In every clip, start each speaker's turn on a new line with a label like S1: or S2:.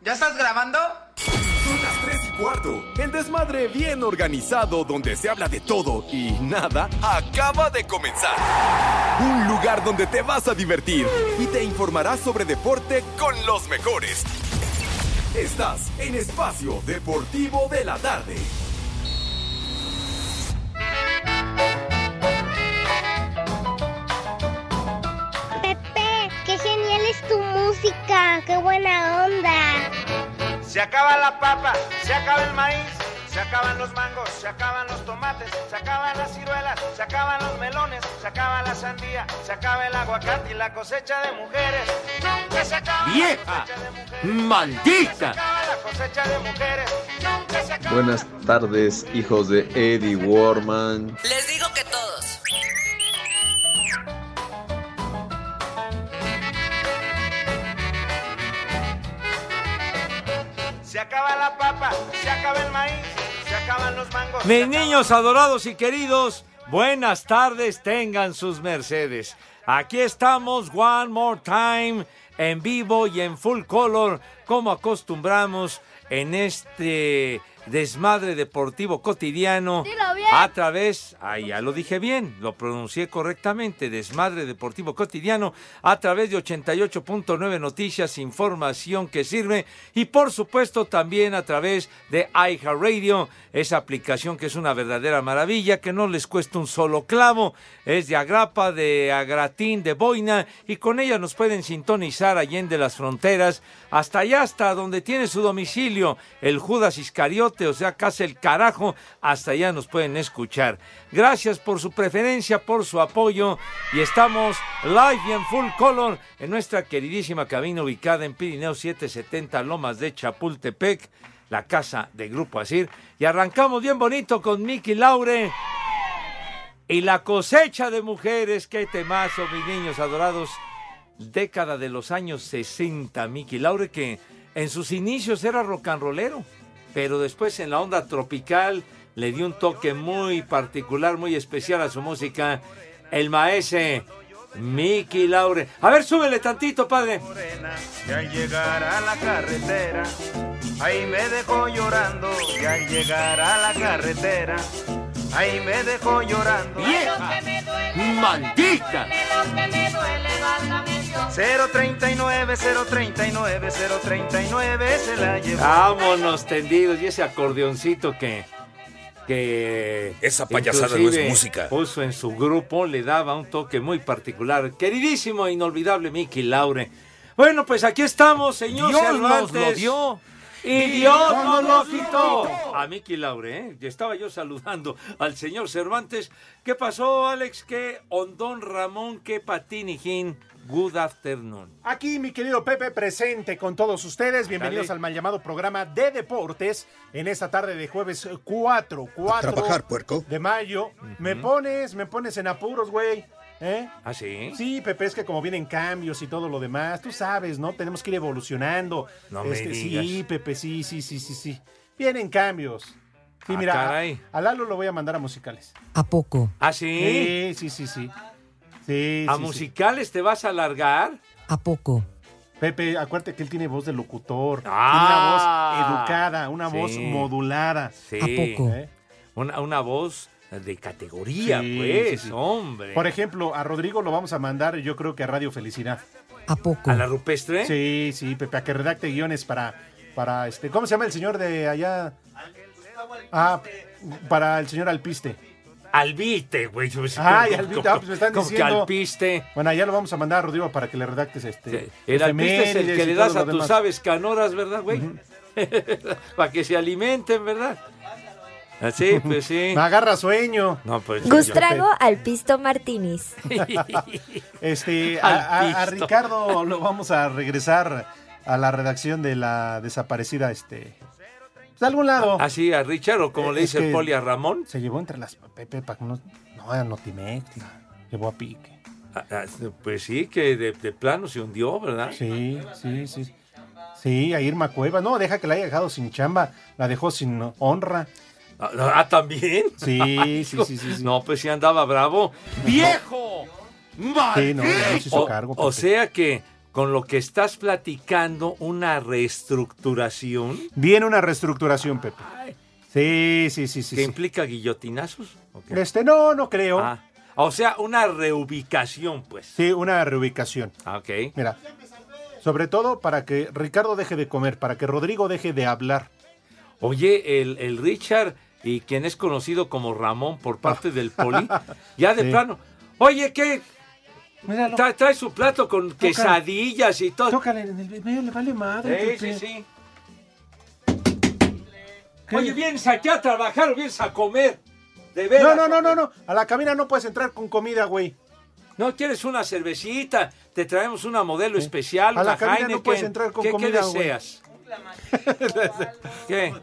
S1: ¿Ya estás grabando?
S2: Son las 3 y cuarto. El desmadre bien organizado donde se habla de todo y nada acaba de comenzar. Un lugar donde te vas a divertir y te informarás sobre deporte con los mejores. Estás en Espacio Deportivo de la Tarde.
S3: Pepe, qué genial es tu música, qué buena onda.
S4: Se acaba la papa, se acaba el maíz, se acaban los mangos, se acaban los tomates, se acaban las ciruelas, se acaban los melones, se acaba la sandía, se acaba el aguacate y la cosecha de mujeres. Nunca se acaba
S5: ¡Vieja!
S4: la cosecha de mujeres. Se
S5: ¡Maldita!
S4: acaba la cosecha de mujeres. Nunca se acaba
S6: Buenas tardes, hijos de Eddie Warman.
S7: Les digo que todos.
S4: Se acaba la papa, se acaba el maíz, se acaban los mangos. se
S5: Mis
S4: acaba-
S5: niños adorados y queridos, buenas tardes, tengan sus mercedes. Aquí estamos, one more time, en vivo y en full color, como acostumbramos en este desmadre deportivo cotidiano.
S3: Dilo bien.
S5: A través, ahí ah, ya lo dije bien, lo pronuncié correctamente, desmadre deportivo cotidiano, a través de 88.9 Noticias, información que sirve y por supuesto también a través de iHeartRadio, esa aplicación que es una verdadera maravilla, que no les cuesta un solo clavo, es de agrapa, de agratín, de boina y con ella nos pueden sintonizar allende las fronteras, hasta allá, hasta donde tiene su domicilio el Judas Iscariote, o sea, casi el carajo, hasta allá nos pueden escuchar. Gracias por su preferencia, por su apoyo y estamos live y en full color en nuestra queridísima cabina ubicada en Pirineo 770 Lomas de Chapultepec, la casa de Grupo Asir. Y arrancamos bien bonito con Miki Laure. Y la cosecha de mujeres, qué temazo, mis niños adorados. Década de los años 60, Miki Laure, que en sus inicios era rock and rollero, pero después en la onda tropical le dio un toque muy particular, muy especial a su música, el maese Miki Laure. A ver, súbele tantito, padre.
S4: morena, y al llegar a la carretera, ahí me dejó llorando, y al llegar a la carretera, ahí me dejó llorando. ah.
S5: ¡Vieja! ¡Maldita!
S4: 039, 039, 039 se la llevó.
S5: Vámonos tendidos y ese acordeoncito que que
S8: Esa payasada no es
S5: inclusive
S8: música.
S5: Puso en su grupo le daba un toque muy particular. Queridísimo e inolvidable Mickey Laure. Bueno, pues aquí estamos, señor
S9: Dios
S5: Cervantes.
S9: nos lo dio.
S5: Y Dios nos lo quitó. A Miki Laure, ¿eh? estaba yo saludando al señor Cervantes. ¿Qué pasó, Alex? ¿Qué ondón Ramón? ¿Qué patinijin? Good afternoon.
S9: Aquí mi querido Pepe presente con todos ustedes. Bienvenidos
S5: Dale.
S9: al mal llamado programa de deportes en esta tarde de jueves 4, 4
S10: trabajar, puerco.
S9: de mayo. Me pones, me pones en apuros, güey. ¿Eh?
S5: ¿Ah, sí?
S9: Sí, Pepe, es que como vienen cambios y todo lo demás, tú sabes, ¿no? Tenemos que ir evolucionando. Este,
S5: No me
S9: Sí,
S5: digas.
S9: Pepe, sí, sí, sí, sí, sí. Vienen cambios. Sí,
S5: Ah,
S9: mira, a-
S5: caray.
S9: a Lalo lo voy a mandar a musicales.
S7: ¿A poco?
S5: ¿Ah, sí?
S9: Sí, sí, sí, sí. Sí,
S5: ¿A
S9: sí, sí.
S5: musicales te vas a alargar?
S7: ¿A poco?
S9: Pepe, acuérdate que él tiene voz de locutor, tiene una
S5: Ah,
S9: voz educada, una
S5: sí.
S9: voz modulada.
S5: Sí.
S7: ¿A poco?
S9: ¿eh?
S5: Una, una voz de categoría,
S9: Sí,
S5: pues,
S9: sí, sí.
S5: hombre.
S9: Por ejemplo, a Rodrigo lo vamos a mandar, yo creo que a Radio Felicidad.
S7: ¿A poco?
S5: ¿A la rupestre?
S9: Sí, sí, Pepe, a que redacte guiones para, para este, ¿cómo se llama el señor de allá? Ah, para el señor Alpiste.
S5: Albite, güey. Pues,
S9: Ay,
S5: ¿cómo-
S9: Albite,
S5: cómo-
S9: ah, pues me están
S5: cómo que
S9: diciendo.
S5: alpiste?
S9: Bueno, allá lo vamos a mandar a Rodrigo para que le redactes este.
S5: Sí, El alpiste es el
S9: efemérides
S5: que
S9: y
S5: le
S9: todo
S5: das
S9: lo
S5: a tus
S9: demás.
S5: aves canoras, ¿verdad, güey? Para que se alimenten, ¿verdad? Así, pues sí.
S9: Agarra sueño.
S5: No, pues.
S11: Gustrago al Pisto Martínez.
S9: Este, a, a- a
S5: Alpisto.
S9: Ricardo lo vamos a regresar a la redacción de la desaparecida, este, de algún lado.
S5: Así, Ah, a Richard, o como
S9: Eh,
S5: le
S9: es
S5: dice el
S9: que-
S5: poli a Ramón.
S9: Se llevó entre las Pepe Pac, no, no, a Notimex, la llevó a pique.
S5: Ah, ah, Pues sí, que de, de plano se hundió, ¿verdad?
S9: Sí, sí, sí. Sí, a Irma Cueva. No, deja que la haya dejado sin chamba, la dejó sin honra.
S5: Ah, ah, también.
S9: Sí, sí, sí, sí. sí.
S5: No, pues sí andaba bravo.
S9: Sí, no, no se hizo
S5: O,
S9: cargo.
S5: o
S9: Pepe.
S5: sea que con lo que estás platicando una reestructuración
S9: Viene una reestructuración, Pepe. Sí, sí, sí, sí.
S5: que
S9: sí.
S5: implica guillotinazos. ¿o qué?
S9: Este, no, no creo.
S5: Ah, o sea, una reubicación, pues.
S9: Sí, una reubicación.
S5: Ah, Ok.
S9: Mira, sobre todo para que Ricardo deje de comer, para que Rodrigo deje de hablar.
S5: Oye, el, el Richard, y quien es conocido como Ramón por parte del poli, ya de
S9: Sí.
S5: plano. Oye, ¿qué?
S9: Míralo.
S5: Tra- trae su plato con quesadillas y todo.
S9: Tócale en el medio, le vale madre.
S5: Sí, sí, sí. Oye, vienes aquí a trabajar o vienes a comer. De veras.
S9: No, no, no, no,
S5: hombre.
S9: no. A la cabina no puedes entrar con comida, güey.
S5: No quieres una cervecita, te traemos una modelo especial,
S9: A la
S5: una
S9: cabina no
S5: Heineken.
S9: puedes entrar con
S5: ¿Qué, qué
S9: comida, güey.
S5: deseas? ¿Qué?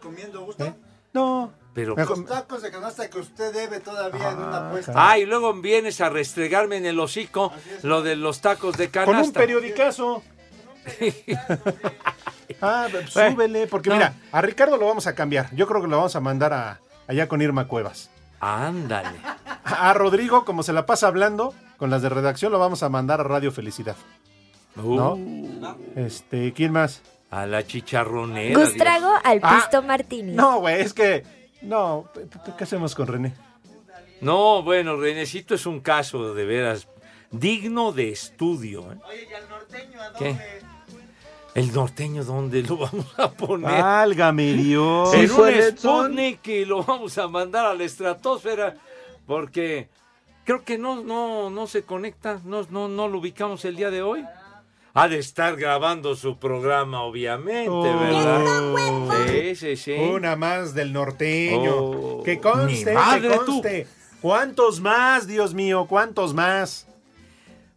S9: No.
S5: Pero
S9: Mejor-
S12: Tacos de canasta que usted debe todavía en una apuesta.
S5: Ah, y luego vienes a restregarme en el hocico lo de los tacos de
S9: con
S5: canasta.
S9: un periodicazo. Ah,
S5: Eh,
S9: súbele, porque
S5: pues, No.
S9: mira, a Ricardo lo vamos a cambiar. Yo creo que lo vamos a mandar a, allá con Irma Cuevas.
S5: Ándale.
S9: A, a Rodrigo, como se la pasa hablando con las de redacción, lo vamos a mandar a Radio Felicidad. ¿No?
S5: Uh.
S9: Este, ¿quién más?
S5: A la chicharronera. digo.
S11: Gustrago al
S9: Ah.
S11: pisto Martínez.
S9: No, güey, es que. No, p- p- ¿qué hacemos con René?
S5: No, bueno, Renecito es un caso de veras digno de estudio. ¿eh?
S12: Oye, ¿y al norteño a
S5: ¿Qué? El norteño, ¿dónde lo vamos a
S9: Ah,
S5: poner?
S9: Válgame Dios.
S5: en
S7: Sí
S5: un
S7: fue Edson.
S5: Sputnik y lo vamos a mandar a la estratosfera porque creo que no, no, no se conecta, no, no, no lo ubicamos el día de hoy. Ha de estar grabando su programa, obviamente, ¿verdad? Sí, sí, sí.
S9: Una más del norteño.
S5: Oh.
S9: que
S5: Ni
S9: conste,
S5: madre,
S9: que conste. ¿Cuántos más, Dios mío? ¿Cuántos más?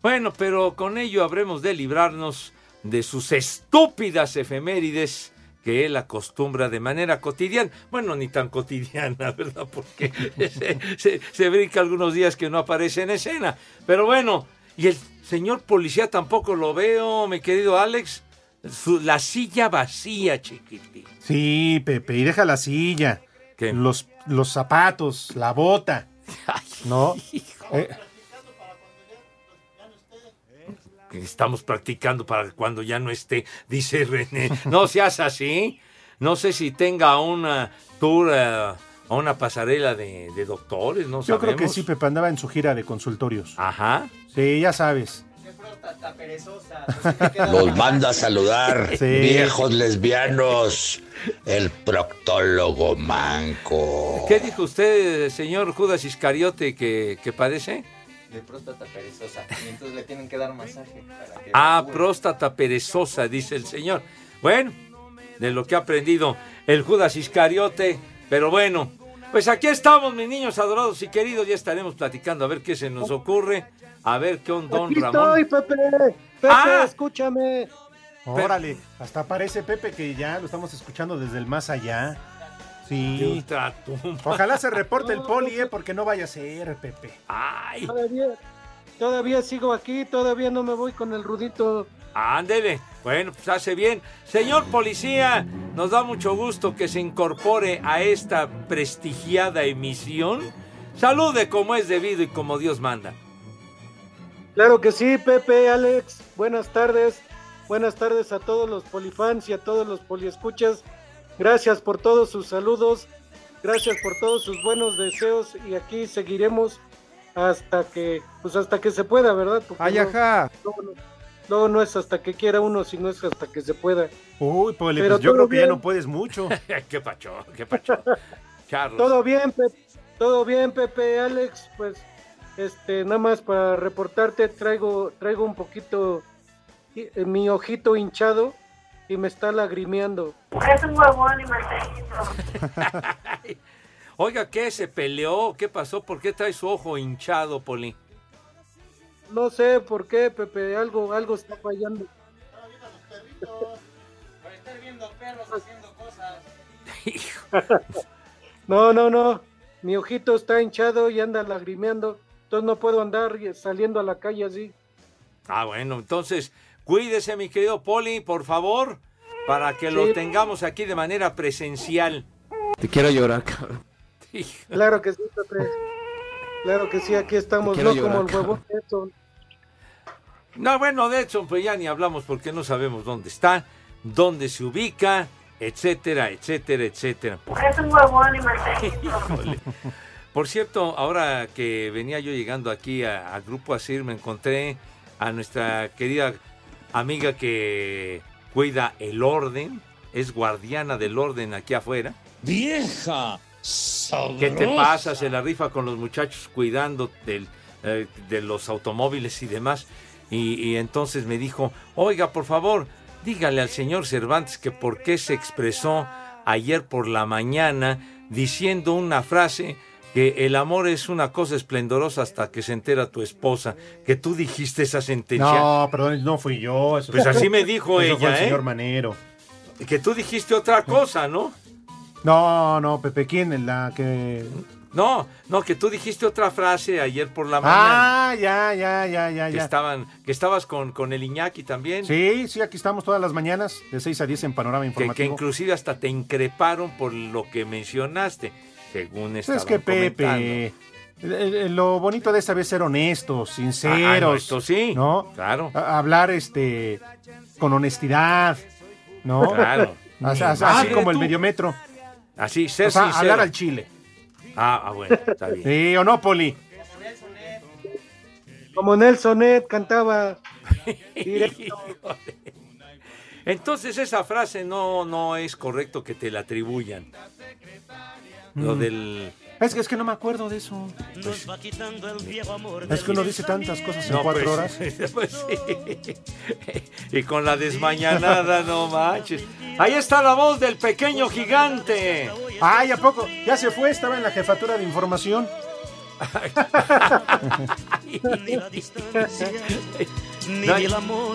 S5: Bueno, pero con ello habremos de librarnos de sus estúpidas efemérides que él acostumbra de manera cotidiana. Bueno, ni tan cotidiana, ¿verdad? Porque se, se- se brinca algunos días que no aparece en escena. Pero bueno, y el señor policía tampoco lo veo, mi querido Alex. Su- la silla vacía, chiquitín.
S9: Sí, Pepe, y deja la silla.
S5: ¿Qué?
S9: Los, los zapatos, la bota.
S5: Ay,
S9: ¿No? Eh,
S5: que estamos practicando para cuando ya no esté, dice René. No seas así. No sé si tenga una tour eh, a una pasarela de, de doctores, no
S9: yo
S5: sabemos.
S9: creo que sí, Pepe andaba en su gira de consultorios.
S5: Ajá.
S9: Sí, ya sabes.
S4: Los manda a saludar,
S9: Sí.
S4: viejos lesbianos, el proctólogo manco.
S5: ¿Qué dijo usted, señor Judas Iscariote, que, que padece?
S12: De próstata perezosa. Y entonces le tienen que dar masaje. Para que
S5: Ah, próstata perezosa, dice el señor. Bueno, de lo que ha aprendido el Judas Iscariote, pero bueno. Pues aquí estamos, mis niños adorados y queridos, ya estaremos platicando a ver qué se nos ocurre, a ver qué onda don Ramón.
S12: Pepe. Pepe,
S5: Ah.
S12: escúchame.
S9: Órale, hasta parece, Pepe, que ya lo estamos escuchando desde el más allá.
S5: Qué
S9: Sí.
S5: ultratumba.
S9: Ojalá se reporte el poli, ¿eh? Porque no vaya a ser, Pepe.
S5: ¡Ay!
S12: Todavía, todavía sigo aquí, todavía no me voy con el rudito.
S5: Ándele. Bueno, pues hace bien. Señor policía, nos da mucho gusto que se incorpore a esta prestigiada emisión. Salude como es debido y como Dios manda.
S12: Claro que sí, Pepe, Alex, buenas tardes. Buenas tardes a todos los polifans y a todos los poliescuchas. Gracias por todos sus saludos, gracias por todos sus buenos deseos y aquí seguiremos hasta que, pues hasta que se pueda, ¿verdad? Porque no- Luego no, luego no es hasta que quiera uno, sino es hasta que se pueda.
S9: Uy, poli,
S12: Pero
S9: pues yo
S12: todo
S9: creo que ya
S12: bien.
S9: no puedes mucho.
S5: qué pacho, qué pacho. Charlos.
S12: Todo bien, Pepe, todo bien, Pepe, Alex, pues, este, nada más para reportarte, traigo, traigo un poquito eh, mi ojito hinchado y me está lagrimeando.
S5: Oiga, ¿qué se peleó? ¿Qué pasó? ¿Por qué trae su ojo hinchado, Poli?
S12: No sé por qué, Pepe, algo, algo está fallando.
S5: Hijo,
S12: No, no, no, mi ojito está hinchado y anda lagrimeando, entonces no puedo andar saliendo a la calle así.
S5: ah, bueno, entonces cuídese, mi querido Poli, por favor, para que lo
S12: Sí.
S5: tengamos aquí de manera presencial.
S7: Te quiero llorar, cabrón.
S5: Hijo.
S12: Claro que sí, Pepe. Claro que sí, aquí estamos,
S7: Quiero
S12: no como
S7: llorar,
S12: el huevón. Edson.
S5: No, bueno, de hecho, pues ya ni hablamos porque no sabemos dónde está, dónde se ubica, etcétera, etcétera, etcétera.
S13: Es un huevón y mantengo.
S5: Híjole. Por cierto, ahora que venía yo llegando aquí a- al Grupo Asir, me encontré a nuestra querida amiga que cuida el orden, es guardiana del orden aquí afuera.
S14: ¡Vieja!
S5: ¿Qué te pasa? Se la rifa con los muchachos cuidando del, eh, de los automóviles y demás. Y, y entonces me dijo, oiga, por favor, dígale al señor Cervantes que por qué se expresó ayer por la mañana diciendo una frase que el amor es una cosa esplendorosa hasta que se entera tu esposa, que tú dijiste esa sentencia.
S9: No, perdón, no fui yo. eso
S5: Pues
S9: fue-
S5: así me dijo
S9: eso fue
S5: ella,
S9: el
S5: ¿eh?
S9: señor Manero.
S5: Que tú dijiste otra cosa, ¿no?
S9: No, no, Pepe, ¿quién? La que...
S5: No, no, que tú dijiste otra frase ayer por la mañana.
S9: Ah, ya, ya, ya, ya,
S5: que
S9: ya.
S5: estaban que estabas con, con el Iñaki también
S9: Sí, sí, aquí estamos todas las mañanas de 6 a 10 en Panorama
S5: que, que
S9: Informativo.
S5: inclusive hasta te increparon por lo que mencionaste según
S9: Pues
S5: estaban
S9: es que
S5: comentando. Ah,
S9: Pepe, el- el- lo bonito de esta vez es ser honestos, sinceros.
S5: Ah, no, esto sí,
S9: ¿no?
S5: claro.
S9: A- hablar este con honestidad, ¿no?
S5: Claro.
S9: As- as-
S5: Ni
S9: Así,
S5: madre,
S9: como el
S5: tú.
S9: mediometro.
S5: así ser
S9: o sea,
S5: sincero.
S9: hablar al chile.
S5: ah, ah, bueno está bien
S9: Sí, o no, Poli.
S15: Como Nelson
S12: eh,
S15: Ned cantaba. Directo.
S5: Híjole. entonces esa frase no no es correcto que te la atribuyan lo
S9: Mm.
S5: del
S9: Es que, es que no me acuerdo de eso.
S5: pues,
S9: Es que uno dice tantas cosas en
S5: No,
S9: cuatro
S5: pues,
S9: horas.
S5: pues, sí. Y con la desmañanada, no manches. Ahí está la voz del pequeño gigante.
S9: Ay, ¿a poco? Ya se fue, estaba en la jefatura de información.
S5: No,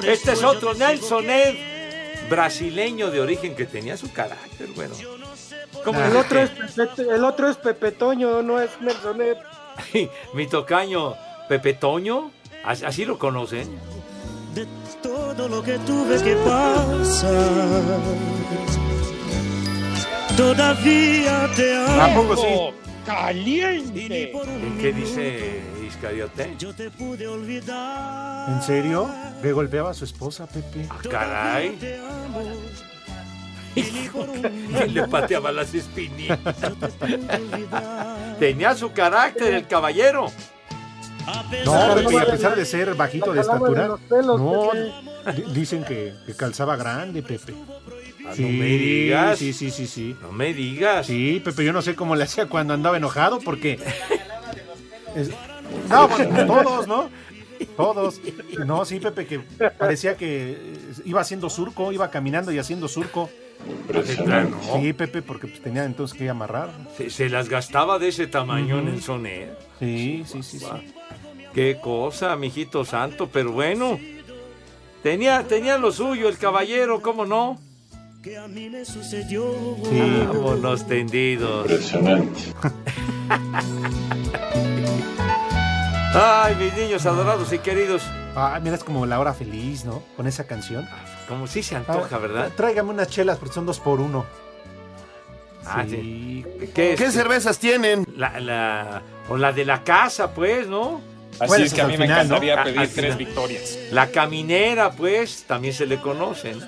S5: Este es otro Nelson Ed, brasileño de origen que tenía su carácter, bueno. ¿Cómo
S15: Ah. el,
S5: dice?
S15: otro es Pepe, el otro es Pepe Toño, no es Nelson Ned.
S5: Mi tocaño, Pepe Toño, as- así lo conocen.
S14: Todo lo que tú ves que pasa. Todavía te amo.
S5: Ah, ¿A poco sí?
S14: Caliente.
S5: ¿Y ¿Qué dice Iscariote?
S9: ¿En serio? ¿Le golpeaba a su esposa, Pepe?
S5: Ah, Caray. Hijo, y le pateaba las espinitas. Tenía su carácter el caballero.
S9: No, Pepe, y a pesar de ser bajito de
S15: La palabra de
S9: estatura,
S15: los pelos,
S9: no,
S15: Pepe.
S9: di- dicen que, que calzaba grande, Pepe.
S5: Ah, no me digas.
S9: Sí, sí, sí, sí.
S5: No me digas.
S9: Sí, Pepe, yo no sé cómo le hacía cuando andaba enojado, porque... Es- No, bueno, todos, ¿no? Todos. No, sí, Pepe, que parecía que eh, iba haciendo surco, iba caminando y haciendo surco.
S5: de plano.
S9: Sí, Pepe, porque pues, tenía entonces que amarrar.
S5: Se, se las gastaba de ese tamaño en
S9: Ujú.
S5: el soner.
S9: Sí, sí, sí, sí.
S5: Qué cosa, mijito santo, pero bueno. Tenía, tenía lo suyo el caballero, ¿cómo no?
S14: Sí.
S5: Vámonos tendidos.
S14: Impresionante.
S5: Ay, mis niños adorados y queridos.
S9: Ah, mira, es como la hora feliz, ¿no? Con esa canción.
S5: Como si se
S9: Ah,
S5: antoja, ¿verdad?
S9: Tráigame unas chelas porque son dos por uno.
S5: Ah,
S9: sí.
S5: ¿Qué,
S16: ¿Qué cervezas tienen?
S5: La, la- o la de la casa, pues, ¿no?
S16: Así
S9: Bueno, es que pues, a mí al me final, ¿no? encantaría
S5: A-
S9: pedir
S5: al
S9: tres
S5: final.
S16: victorias.
S5: La caminera, pues, también se le conocen.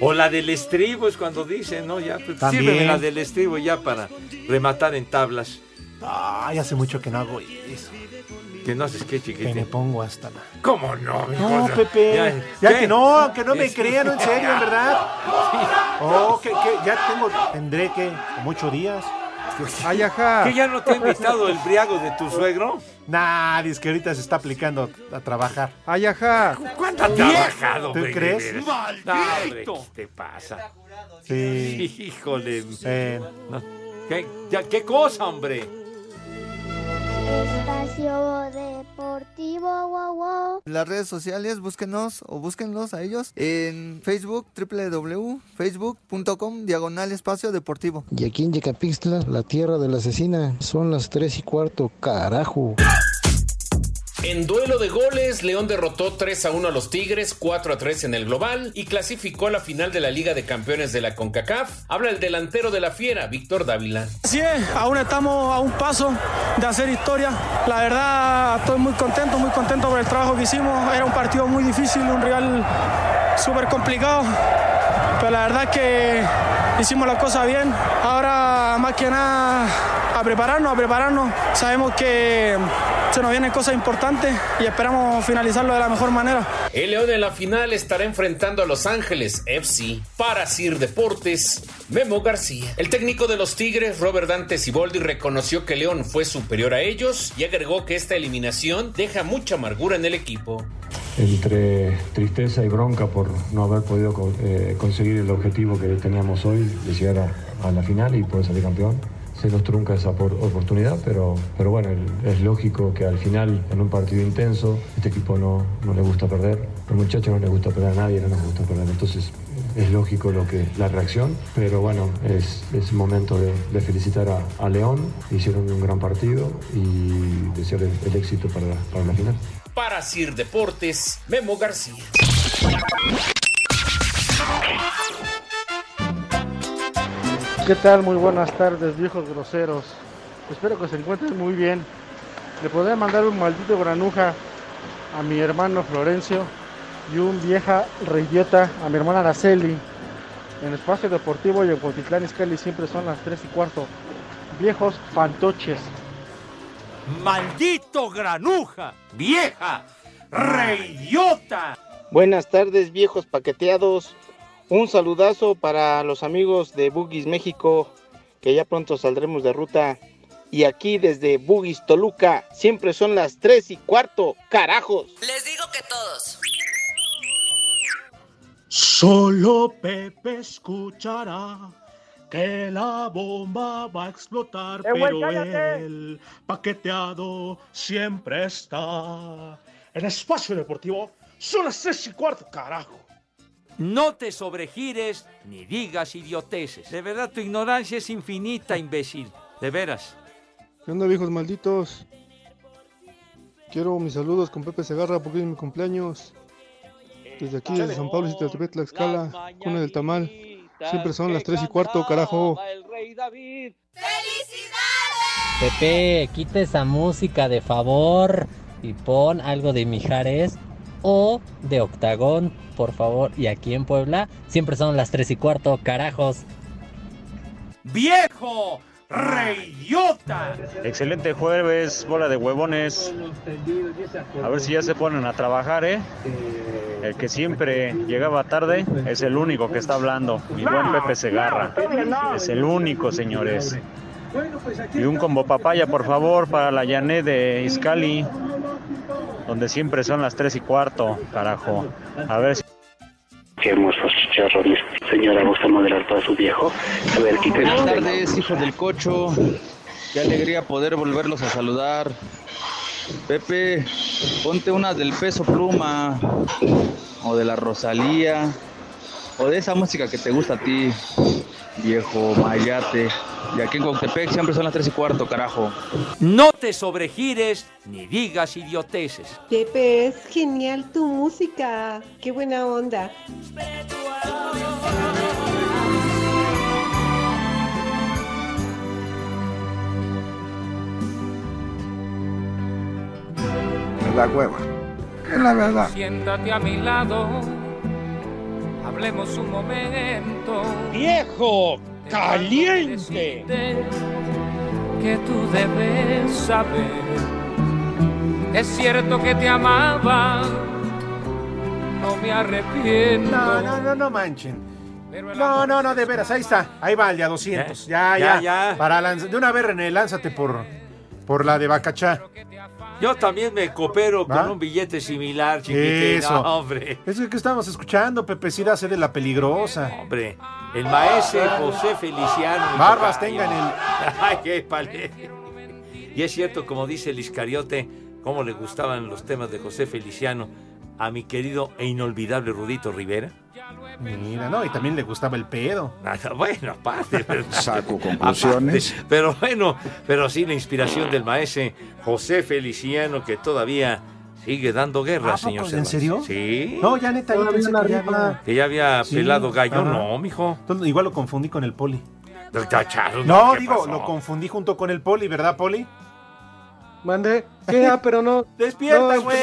S5: o la del estribo es cuando dicen, ¿no? Ya, pues,
S9: También.
S5: sírveme la del estribo ya para rematar en tablas.
S9: Ay, hace mucho que no hago eso.
S5: Que no haces qué,
S9: Que me
S5: chiquitín.
S9: pongo hasta la.
S5: ¿Cómo no? mi
S9: No,
S5: cosa?
S9: Pepe. Ya,
S5: ¿qué?
S9: que no, que no me
S5: Sí.
S9: crean, no, en serio, en verdad. Oh, que, que ya tengo, tendré que, como ocho días. Ay, ajá.
S5: Pues ¿Que ya no te ha invitado el briago de tu suegro?
S9: Nah, dice que ahorita se está aplicando a trabajar. Ay,
S5: ¿Cuánto ha trabajado,
S9: ¿Tú
S5: Pepe?
S9: crees?
S5: No, hombre, ¿qué te pasa?
S9: Sí.
S5: Híjole.
S9: Eh,
S5: No. ¿Qué, ya, ¿Qué cosa, hombre?
S3: Espacio Deportivo, wow, wow.
S17: Las redes sociales, búsquenos o búsquenlos a ellos en Facebook, www.facebook.com, diagonal espacio deportivo.
S4: Y aquí en Yecapixtla, la tierra de la asesina, son las tres y cuarto, carajo.
S16: En duelo de goles, León derrotó 3 a 1 a los Tigres, 4 a 3 en el global y clasificó a la final de la Liga de Campeones de la CONCACAF. Habla el delantero de la Fiera, Víctor Dávila.
S4: Así es, aún estamos a un paso de hacer historia. La verdad, estoy muy contento, muy contento por el trabajo que hicimos. Era un partido muy difícil, un rival súper complicado, pero la verdad que hicimos la cosa bien. Ahora, más que nada, a prepararnos, a prepararnos. Sabemos que se nos vienen cosas importantes y esperamos finalizarlo de la mejor manera.
S16: El León en la final estará enfrentando a Los Ángeles FC para Sir Deportes, Memo García. El técnico de los Tigres, Robert Dante Siboldi, reconoció que León fue superior a ellos y agregó que esta eliminación deja mucha amargura en el equipo.
S18: entre tristeza y bronca por no haber podido co- eh, conseguir el objetivo que teníamos hoy de llegar a, a la final y poder salir campeón. Se nos trunca esa por- oportunidad, pero, pero bueno, el- es lógico que al final, en un partido intenso, este equipo no, no le gusta perder. A los muchachos no les gusta perder a nadie, no nos gusta perder. Entonces es lógico lo que, la reacción, pero bueno, es, es momento de, de felicitar a, a León. Hicieron un gran partido y desearles el éxito para, para la final.
S16: Para Sir Deportes, Memo García.
S19: ¿Qué tal? Muy buenas tardes, viejos groseros. Espero que se encuentren muy bien. Le podría mandar un maldito granuja a mi hermano Florencio y un vieja reidiota a mi hermana Araceli. En Espacio Deportivo y en Cuautitlán Izcalli siempre son las 3 y cuarto. Viejos fantoches.
S5: ¡Maldito granuja! ¡Vieja! ¡Reyota!
S20: Buenas tardes, viejos paqueteados. Un saludazo para los amigos de Bugis México, que ya pronto saldremos de ruta. Y aquí desde Bugis Toluca, siempre son las 3 y cuarto, carajos.
S21: Les digo que todos.
S14: Solo Pepe escuchará que la bomba va a explotar,
S22: Eh, güey,
S14: pero
S22: cállate.
S14: el paqueteado siempre está. En espacio deportivo son las tres y cuarto, carajo.
S5: No te sobregires ni digas idioteces. De verdad, tu ignorancia es infinita, imbécil. De veras.
S23: ¿Qué onda, viejos malditos? Quiero mis saludos con Pepe Segarra porque es mi cumpleaños. Desde aquí, desde San Pablo, Citaltepec, Tlaxcala, cuna del tamal. Siempre son las 3 y cuarto, carajo.
S11: Pepe, quita esa música de favor y pon algo de Mijares o de Octagón, por favor. Y aquí en Puebla siempre son las 3 y cuarto, carajos.
S5: ¡Viejo! ¡Reyota!
S7: Excelente jueves, bola de huevones. A ver si ya se ponen a trabajar, ¿eh? El que siempre llegaba tarde es el único que está hablando. Mi buen Pepe Segarra. Es el único, señores.
S24: pues
S7: Y un combo papaya, por favor, para la Llané de Iscali, donde siempre son las 3 y cuarto, carajo. A ver si...
S25: Qué hermosos chicharrones. Señora, ¿gusta moderar para su viejo? A ver, quítese.
S2: Buenas tardes, hijos del cocho. Qué alegría poder volverlos a saludar. Pepe, ponte una del peso pluma o de la Rosalía o de esa música que te gusta a ti, viejo mayate. Y aquí en Coctepec siempre son las 3 y cuarto, carajo.
S5: No te sobregires ni digas idioteces.
S26: Pepe, es genial tu música. Qué buena onda.
S27: La hueva. Es la verdad.
S28: Siéntate a mi lado, hablemos un momento.
S24: ¡Viejo! ¡Caliente!
S28: Que tú debes saber. Es cierto que te amaba, no me arrepiento.
S9: Eh, No, no, no, no manchen. No, no, no, de veras, ahí está. Ahí va, el de a 200. Ya,
S5: Ya,
S9: ya. Para lanz- de una vez, René, lánzate por, por la de Bacachá.
S5: Yo también me coopero con
S9: ¿Va?
S5: un billete similar, chiquitín.
S9: Eso.
S5: No, hombre.
S9: Es que ¿qué estábamos escuchando, Pepe, sí, hace de la peligrosa.
S5: Hombre, el maestro José Feliciano. mi
S9: Barbas
S5: tocayo.
S9: tengan el-
S5: Ay, qué palé. Y es cierto, como dice el Iscariote, cómo le gustaban los temas de José Feliciano a mi querido e inolvidable Rudito Rivera.
S9: Mira, no, y también le gustaba el pedo.
S5: Bueno, aparte. pero-
S9: Saco
S5: conclusiones. Pero bueno, pero sí la inspiración del maese José Feliciano que todavía sigue dando guerra,
S9: ¿A
S5: señor
S9: poco? ¿En
S5: Cervantes.
S9: serio?
S5: Sí.
S9: No, ya neta, yo
S5: Todavía
S9: pensé
S5: la
S9: que ya
S5: rifa.
S9: había-
S5: Que ya había
S9: Sí, Ah.
S5: pelado gallo,
S9: ajá.
S5: no, mijo.
S9: Entonces, igual lo confundí con el poli.
S5: Tacharon,
S9: No,
S5: Pues ¿qué
S9: digo,
S5: pasó?
S9: lo confundí junto con el poli, ¿verdad, poli?
S15: Mandé. ¿Qué? Ah, pero no.
S9: Despierta,
S15: no,
S9: güey.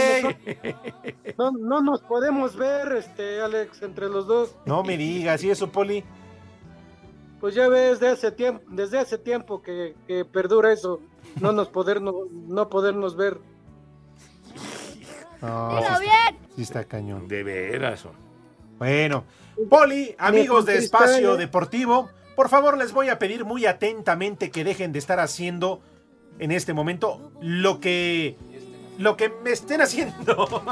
S15: No, no nos podemos ver, este, Alex, entre los dos.
S9: No me digas, ¿y eso, poli?
S15: Pues ya ves, desde hace tiempo, desde hace tiempo que, que perdura eso. No nos podernos, no podernos ver.
S9: No, sí
S15: Dilo
S9: está-
S15: bien.
S9: Sí está cañón.
S5: De veras.
S9: Bueno, Poli, amigos de
S15: Cristal,
S9: Espacio
S15: ¿eh?
S9: Deportivo, por favor les voy a pedir muy atentamente que dejen de estar haciendo en este momento lo que lo que me estén haciendo.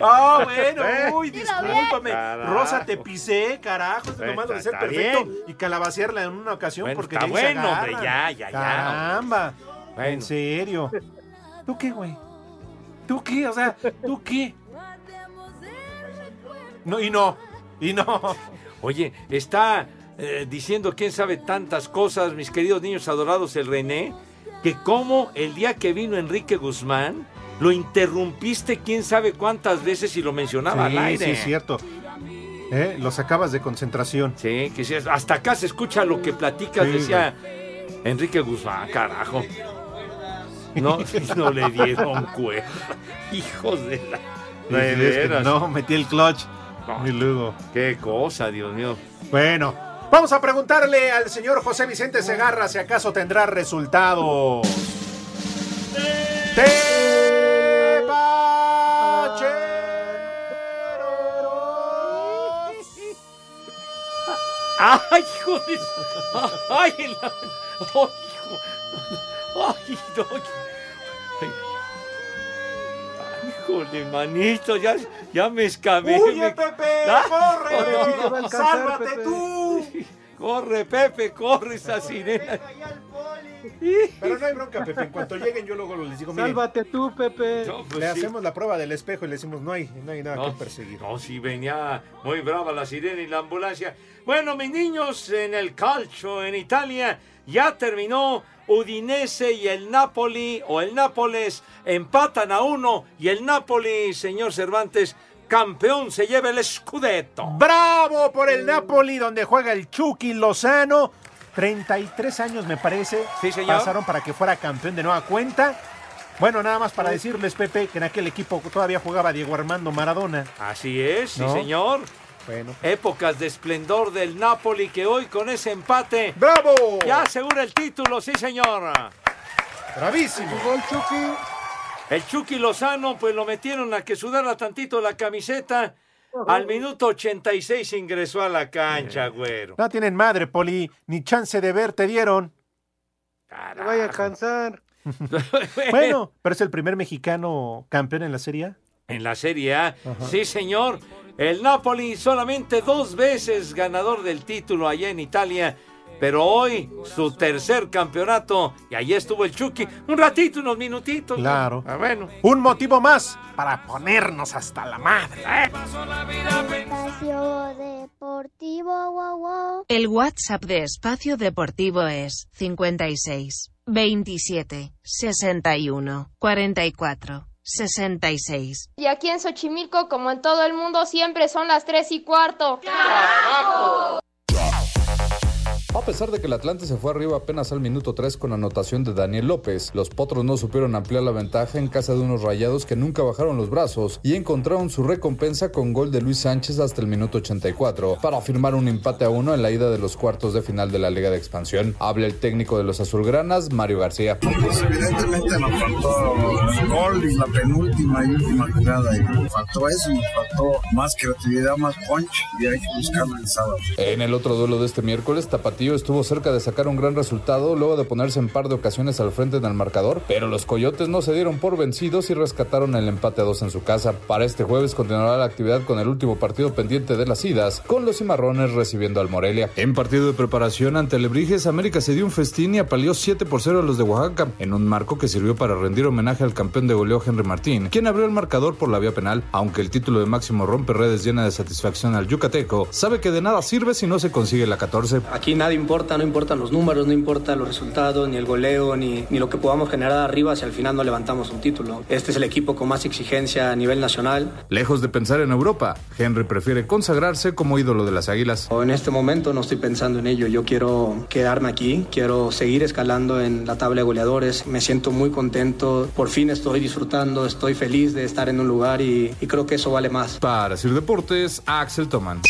S9: Ah, bueno, uy, discúlpame.
S5: Carajo.
S9: Rosa, te pisé, carajo, estoy
S5: Bueno,
S9: tomando de ser
S5: está
S9: perfecto
S5: bien.
S9: y calabacearla en una ocasión
S5: Bueno,
S9: porque
S5: está
S9: de ahí se
S5: bueno, hombre,
S9: agarran.
S5: ya, ya, ya,
S9: Caramba.
S5: Bueno.
S9: En serio. ¿Tú qué, güey? ¿Tú qué? O sea, ¿tú qué? No, y no, y no.
S5: Oye, está eh, diciendo quién sabe tantas cosas, mis queridos niños adorados, el René, que como el día que vino Enrique Guzmán, lo interrumpiste quién sabe cuántas veces y lo mencionaba
S9: sí,
S5: al aire.
S9: sí, es cierto. Eh, Lo sacabas de concentración.
S5: Sí, que sí, hasta acá se escucha lo que platicas,
S9: Sí,
S5: decía Enrique Guzmán, carajo. No, no le dieron cuerda. Hijos de la.
S9: Sí,
S5: de
S9: sí, es que
S5: veras.
S9: no, metí el clutch. Y luego.
S5: Qué cosa, Dios mío.
S9: Bueno, vamos a preguntarle al señor José Vicente Segarra si acaso tendrá resultados.
S5: ¡Ay, hijo de su- ¡Ay, la- ¡Ay, hijo! ¡Ay, no! Ay, ¡Híjole, manito! Ya, ya me escamé.
S9: ¡Huye,
S5: me-
S9: Pepe!
S5: Ah, no,
S9: ¡Corre!
S5: no,
S9: Te va a alcanzar, ¡Sálvate Pepe. tú!
S5: ¡Corre, Pepe! ¡Corre esa sirena!
S9: Pero no hay bronca, Pepe. En cuanto lleguen, yo luego les digo: miren,
S15: Sálvate tú, Pepe.
S9: le hacemos la prueba del espejo y le decimos: no hay, no hay nada que
S5: pues No,
S9: perseguir.
S5: no, sí, venía muy brava la sirena y la ambulancia. Bueno, mis niños, en el calcio en Italia ya terminó Udinese y el Napoli, o el Nápoles, empatan a uno y el Napoli, señor Cervantes, campeón, se lleva el Scudetto.
S9: Bravo por el Napoli, donde juega el Chucky Lozano. 33 años, me parece.
S5: Sí, señor.
S9: Pasaron para que fuera campeón de nueva cuenta. Bueno, nada más para decirles, Pepe, que en aquel equipo todavía jugaba Diego Armando Maradona.
S5: Así es, sí,
S9: ¿No?
S5: señor.
S9: Bueno. pues.
S5: Épocas de esplendor del Napoli que hoy con ese empate
S9: ¡Bravo!
S5: ya asegura el título, sí, señor.
S9: ¡Bravísimo!
S5: El Chucky Lozano, pues lo metieron a que sudara tantito la camiseta. Al minuto 86 ingresó a la cancha, güero.
S9: No tienen madre, Poli. Ni chance de ver te dieron.
S15: Te vaya a cansar.
S9: Bueno, pero es el primer mexicano campeón en la Serie A.
S5: En la Serie A, sí, señor. El Napoli solamente dos veces ganador del título allá en Italia. Pero hoy su tercer campeonato. Y allí estuvo el Chucky. Un ratito, unos minutitos. ¿no?
S9: Claro.
S5: Ah, bueno.
S9: Un motivo más para ponernos hasta la madre.
S3: Espacio deportivo, wow, wow.
S12: El WhatsApp de Espacio Deportivo es 56 27 61 44 66.
S29: Y aquí en Xochimilco, como en todo el mundo, siempre son las 3 y cuarto.
S30: A pesar de que el Atlante se fue arriba apenas al minuto 3 con anotación de Daniel López, los Potros no supieron ampliar la ventaja en casa de unos rayados que nunca bajaron los brazos y encontraron su recompensa con gol de Luis Sánchez hasta el minuto 84 para firmar un empate a uno en la ida de los cuartos de final de la Liga de Expansión. Habla el técnico de los azulgranas, Mario García.
S27: Pues evidentemente nos faltó el gol y la penúltima y última jugada. Y nos faltó eso, nos faltó más creatividad, más punch y hay que buscarlo el sábado.
S30: En el otro duelo de este miércoles, Tapatío Hermosillo estuvo cerca de sacar un gran resultado luego de ponerse en par de ocasiones al frente en el marcador, pero los Coyotes no se dieron por vencidos y rescataron el empate a dos en su casa. Para este jueves continuará la actividad con el último partido pendiente de las idas, con los Cimarrones recibiendo al Morelia. En partido de preparación ante Lebrijes, América se dio un festín y apaleó 7 por 0 a los de Oaxaca, en un marco que sirvió para rendir homenaje al campeón de goleo Henry Martín, quien abrió el marcador por la vía penal, aunque el título de máximo rompe redes llena de satisfacción al yucateco, sabe que de nada sirve si no se consigue la 14.
S13: Aquí nada importa, no importan los números, no importan los resultados, ni el goleo, ni, ni lo que podamos generar arriba si al final no levantamos un título. Este es el equipo con más exigencia a nivel nacional.
S30: Lejos de pensar en Europa, Henry prefiere consagrarse como ídolo de las Águilas.
S13: En este momento no estoy pensando en ello, yo quiero quedarme aquí, quiero seguir escalando en la tabla de goleadores, me siento muy contento, por fin estoy disfrutando, estoy feliz de estar en un lugar y, y creo que eso vale más.
S30: Para Sir Deportes, Axel Toman.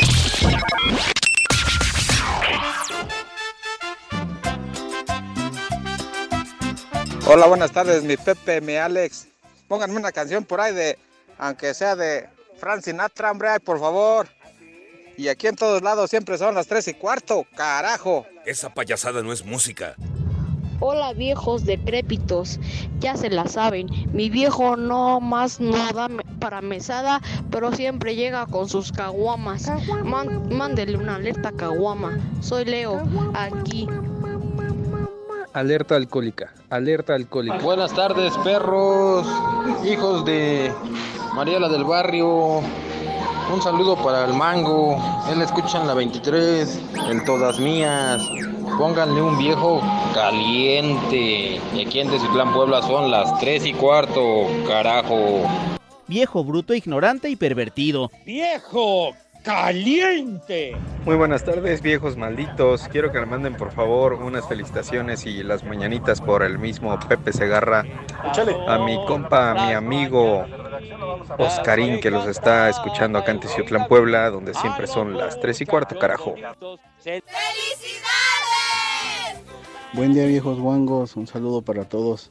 S31: Hola, buenas tardes, mi Pepe, mi Alex. Pónganme una canción por ahí de, aunque sea de Frank Sinatra, hombre, ay, por favor. Y aquí en todos lados siempre son las tres y cuarto, carajo.
S28: Esa payasada no es música.
S17: Hola viejos decrépitos, ya se la saben, mi viejo no más no da me- para mesada, pero siempre llega con sus caguamas. Man- mándele una alerta caguama. Soy Leo, aquí.
S4: Alerta alcohólica, alerta alcohólica.
S16: Buenas tardes, perros, hijos de Mariela del Barrio. Un saludo para el Mango. Él escucha en la 23, en todas mías. Pónganle un viejo caliente. Y aquí en Teciutlán, Puebla, son las 3 y cuarto, carajo.
S32: Viejo bruto, ignorante y pervertido.
S33: ¡Viejo caliente!
S4: Muy buenas tardes, viejos malditos. Quiero que me manden, por favor, unas felicitaciones y las mañanitas por el mismo Pepe Segarra. A mi compa, a mi amigo Oscarín, que los está escuchando acá en Teciutlán, Puebla, donde siempre son las 3 y cuarto, carajo.
S34: Buen día viejos guangos, un saludo para todos.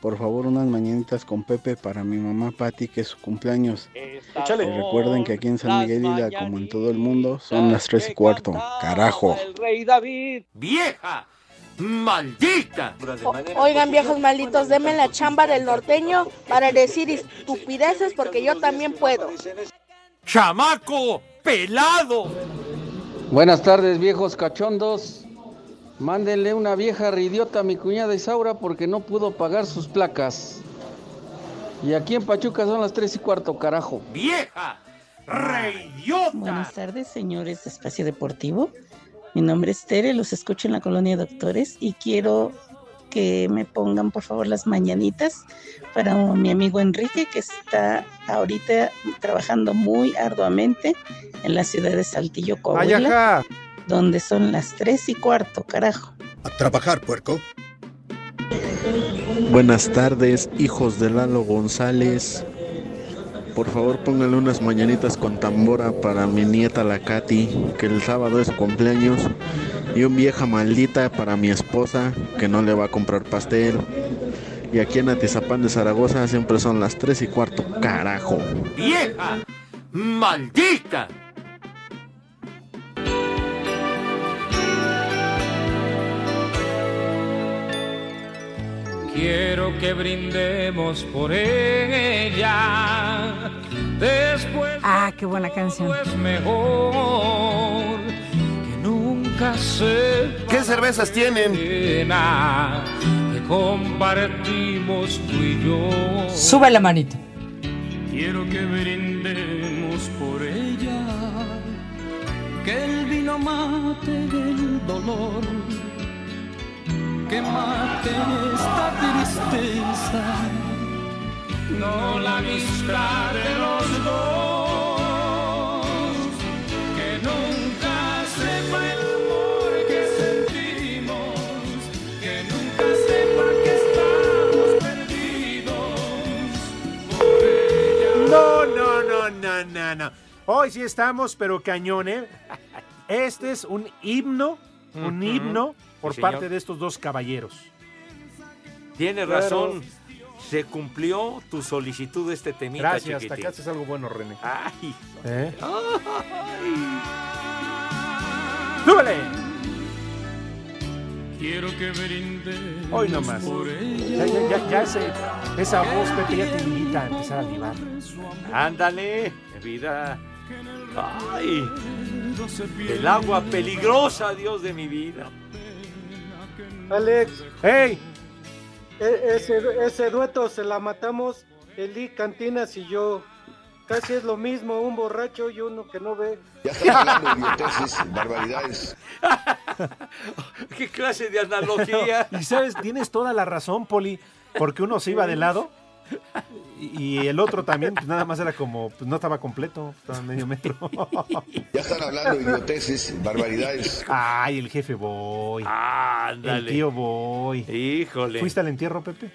S34: Por favor, unas mañanitas con Pepe para mi mamá Patti, que es su cumpleaños.
S31: Échale.
S34: Y recuerden que aquí en San Miguel Hila, como en todo el mundo, son las tres y cuarto. Carajo.
S31: El rey David.
S28: ¡Vieja! ¡Maldita!
S35: Oigan, viejos malditos, denme la chamba del norteño para decir estupideces porque yo también puedo.
S28: ¡Chamaco! ¡Pelado!
S36: Buenas tardes, viejos cachondos. Mándenle una vieja ridiota a mi cuñada Isaura porque no pudo pagar sus placas. Y aquí en Pachuca son las 3 y cuarto, carajo.
S28: ¡Vieja!
S37: Buenas tardes, señores de Espacio Deportivo. Mi nombre es Tere, los escucho en la colonia Doctores y quiero que me pongan, por favor, las mañanitas para mi amigo Enrique, que está ahorita trabajando muy arduamente en la ciudad de Saltillo, Coahuila,
S38: Ayaja.
S37: donde son las tres y cuarto, carajo.
S38: A trabajar, puerco. Buenas tardes, hijos de Lalo González. Por favor, pónganle unas mañanitas con tambora para mi nieta la Katy, que el sábado es su cumpleaños, y un vieja maldita para mi esposa, que no le va a comprar pastel. Y aquí en Atizapán de Zaragoza siempre son las 3 y cuarto, carajo.
S28: ¡Vieja! ¡Maldita! Quiero que brindemos por ella. Después
S36: Ah, qué buena canción.
S28: mejor que nunca se ¿Qué cervezas tienen? Que compartimos tú y yo.
S36: Sube la manito.
S28: Quiero que brindemos por ella, que el vino mate del dolor, que mate esta tristeza, no la amistad de los dos, que nunca sepa el amor que sentimos, que nunca sepa que estamos perdidos.
S9: No, no, no, no, no, no. Hoy sí estamos, pero cañón, ¿eh? Este es un himno, un
S5: Ujú.
S9: himno por
S5: Sí, señor.
S9: parte de estos dos caballeros.
S5: Tiene
S9: Claro.
S5: razón. Se cumplió tu solicitud de este temita,
S9: Gracias, hasta
S5: chiquitín.
S9: que haces algo bueno, René.
S5: Ay.
S9: ¿Eh?
S28: Ay.
S9: ¡Súbele!
S16: que brindé.
S9: Hoy nomás. Ya, ya, ya, ya ese- esa voz, Pepe, ya te invita a empezar a vivar.
S5: Ándale, vida. Ay, el agua peligrosa, Dios de mi vida.
S15: Alex. E,
S9: ¡Hey!
S15: ese, ese dueto se la matamos, Eli Cantinas y yo. Casi es lo mismo, un borracho y uno que no ve.
S21: Ya estás hablando de idioteces, barbaridades.
S5: ¿Qué clase de analogía?
S9: y sabes, tienes toda la razón, Poli, porque uno se iba de lado y y el otro también, pues nada más era como, pues no estaba completo, estaba medio metro.
S21: Ya están hablando de idioteces, barbaridades.
S9: Ay, el jefe voy.
S5: Ándale.
S9: El tío voy.
S5: Híjole.
S9: ¿Fuiste al entierro, Pepe?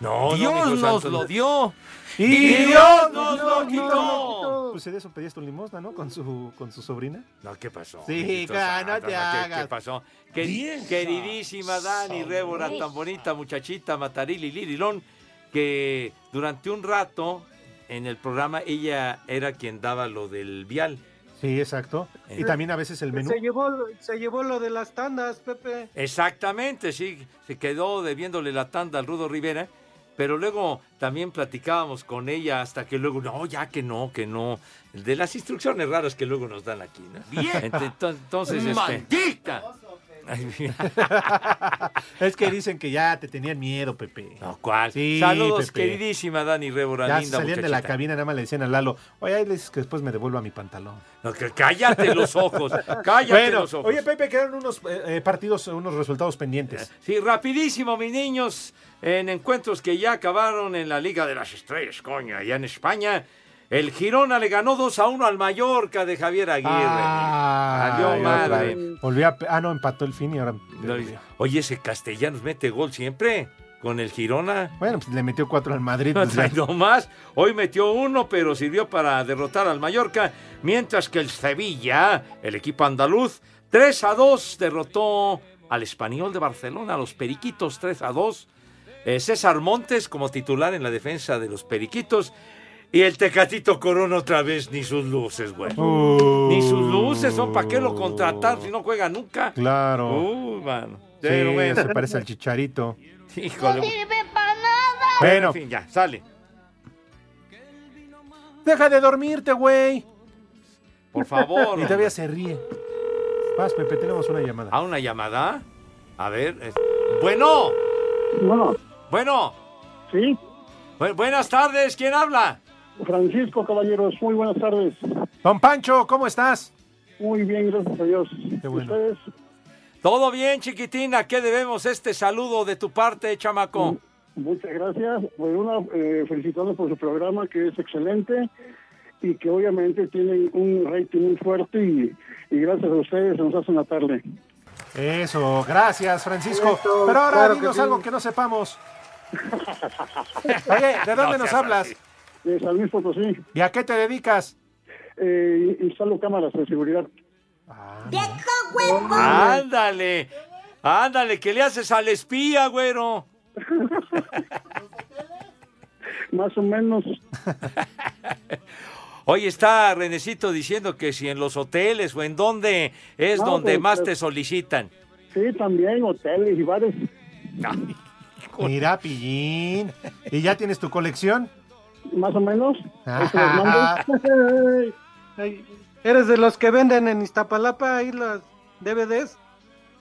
S5: No, no,
S9: Dios
S5: mijo
S9: nos
S5: santo,
S9: lo
S5: no.
S9: dio.
S5: Y, Dios nos lo quitó.
S9: Pues de eso pedías tu limosna, ¿no? Con su, con su sobrina.
S5: No, ¿qué pasó?
S9: Sí,
S5: Bendito
S9: ca- no
S5: santo,
S9: te
S5: ¿qué- ¿Qué
S9: hagas.
S5: pasó? Que-
S9: Vieja
S5: queridísima Dani Rébora, tan bonita muchachita, Matarili Lirilón, que durante un rato en el programa ella era quien daba lo del vial.
S9: Sí, exacto. Y también a veces el menú.
S15: Se llevó, se llevó lo de las tandas, Pepe.
S5: Exactamente, sí, se quedó debiéndole la tanda al Rudo Rivera, pero luego también platicábamos con ella hasta que luego, no, ya que no, que no, de las instrucciones raras que luego nos dan aquí, ¿no?
S16: Bien.
S5: Ent- ento- Entonces, este,
S16: ¡Maldita!
S5: ay, mira,
S9: es que dicen que ya te tenían miedo, Pepe.
S5: No, ¿cuál?
S9: Sí,
S5: Saludos,
S9: Pepe.
S5: queridísima Dani Rébora,
S9: Ya
S5: linda
S9: salían de la
S5: muchachita.
S9: cabina, nada más le decían a Lalo, oye, ahí le dices que después me devuelva mi pantalón.
S5: No, que- cállate los ojos, cállate
S9: Bueno,
S5: los ojos.
S9: Oye, Pepe, quedaron unos eh, eh, partidos, unos resultados pendientes.
S5: Sí, rapidísimo, mis niños, en encuentros que ya acabaron en la Liga de las Estrellas, coño, allá en España. El Girona le ganó 2 a 1 al Mallorca de Javier Aguirre. Valió
S9: Ay, Ah, otra
S5: madre.
S9: vez. Volvió a... Ah, no, empató el fin y ahora...
S5: No, Oye, ese Castellanos mete gol siempre con el Girona.
S9: Bueno, pues le metió cuatro al Madrid.
S5: No
S9: pues, ya.
S5: traído más. Hoy metió uno, pero sirvió para derrotar al Mallorca. Mientras que el Sevilla, el equipo andaluz, 3 a 2 derrotó al español de Barcelona, a los Periquitos 3 a 2. Eh, César Montes como titular en la defensa de los Periquitos. Y el Tecatito Corona otra vez, ni sus luces, güey.
S9: Uh.
S5: Ni sus luces, son para qué lo contratar si no juega nunca.
S9: Claro.
S5: Uy, mano.
S9: Sí,
S5: Pero bueno.
S9: se parece al Chicharito.
S5: Híjole.
S9: Bueno.
S5: En fin, ya, sale.
S9: Deja de dormirte, güey.
S5: Por favor.
S9: y todavía se ríe. Vas, Pepe, tenemos una llamada.
S5: ¿A una llamada? A ver. es- Bueno.
S15: Bueno.
S5: Bueno.
S15: Sí.
S5: buenas tardes, ¿quién habla?
S15: Francisco Caballeros, muy buenas tardes.
S9: Don Pancho, ¿cómo estás?
S15: Muy bien, gracias a Dios. ¿Ustedes?
S5: ¿Todo bien, chiquitina? ¿Qué debemos este saludo de tu parte, chamaco?
S15: Mm. Muchas gracias. Pues una, eh, felicitando por su programa que es excelente y que obviamente tienen un rating muy fuerte y, y gracias a ustedes se nos hace una tarde.
S9: Eso, gracias, Francisco.
S15: Eso,
S9: Pero ahora
S15: claro que
S9: dinos
S15: sí.
S9: algo que no sepamos. Oye, ¿de dónde nos hablas?
S15: De San Luis Potosí.
S9: ¿Y a qué te dedicas?
S15: Eh, instalo cámaras de seguridad.
S5: Ándale. Ándale, ¿qué le haces al espía, güero?
S15: Más o menos.
S5: Hoy está Renecito diciendo que si en los hoteles o en dónde es
S15: No,
S5: donde
S15: pues,
S5: más
S15: pues-
S5: te solicitan.
S15: Sí, también hoteles y bares.
S9: Mira, Pillín. ¿Y ya tienes tu colección?
S15: Más o menos. Ahí se los
S9: Ah.
S15: mando. ¿Eres de los que venden en Iztapalapa ahí las DVDs?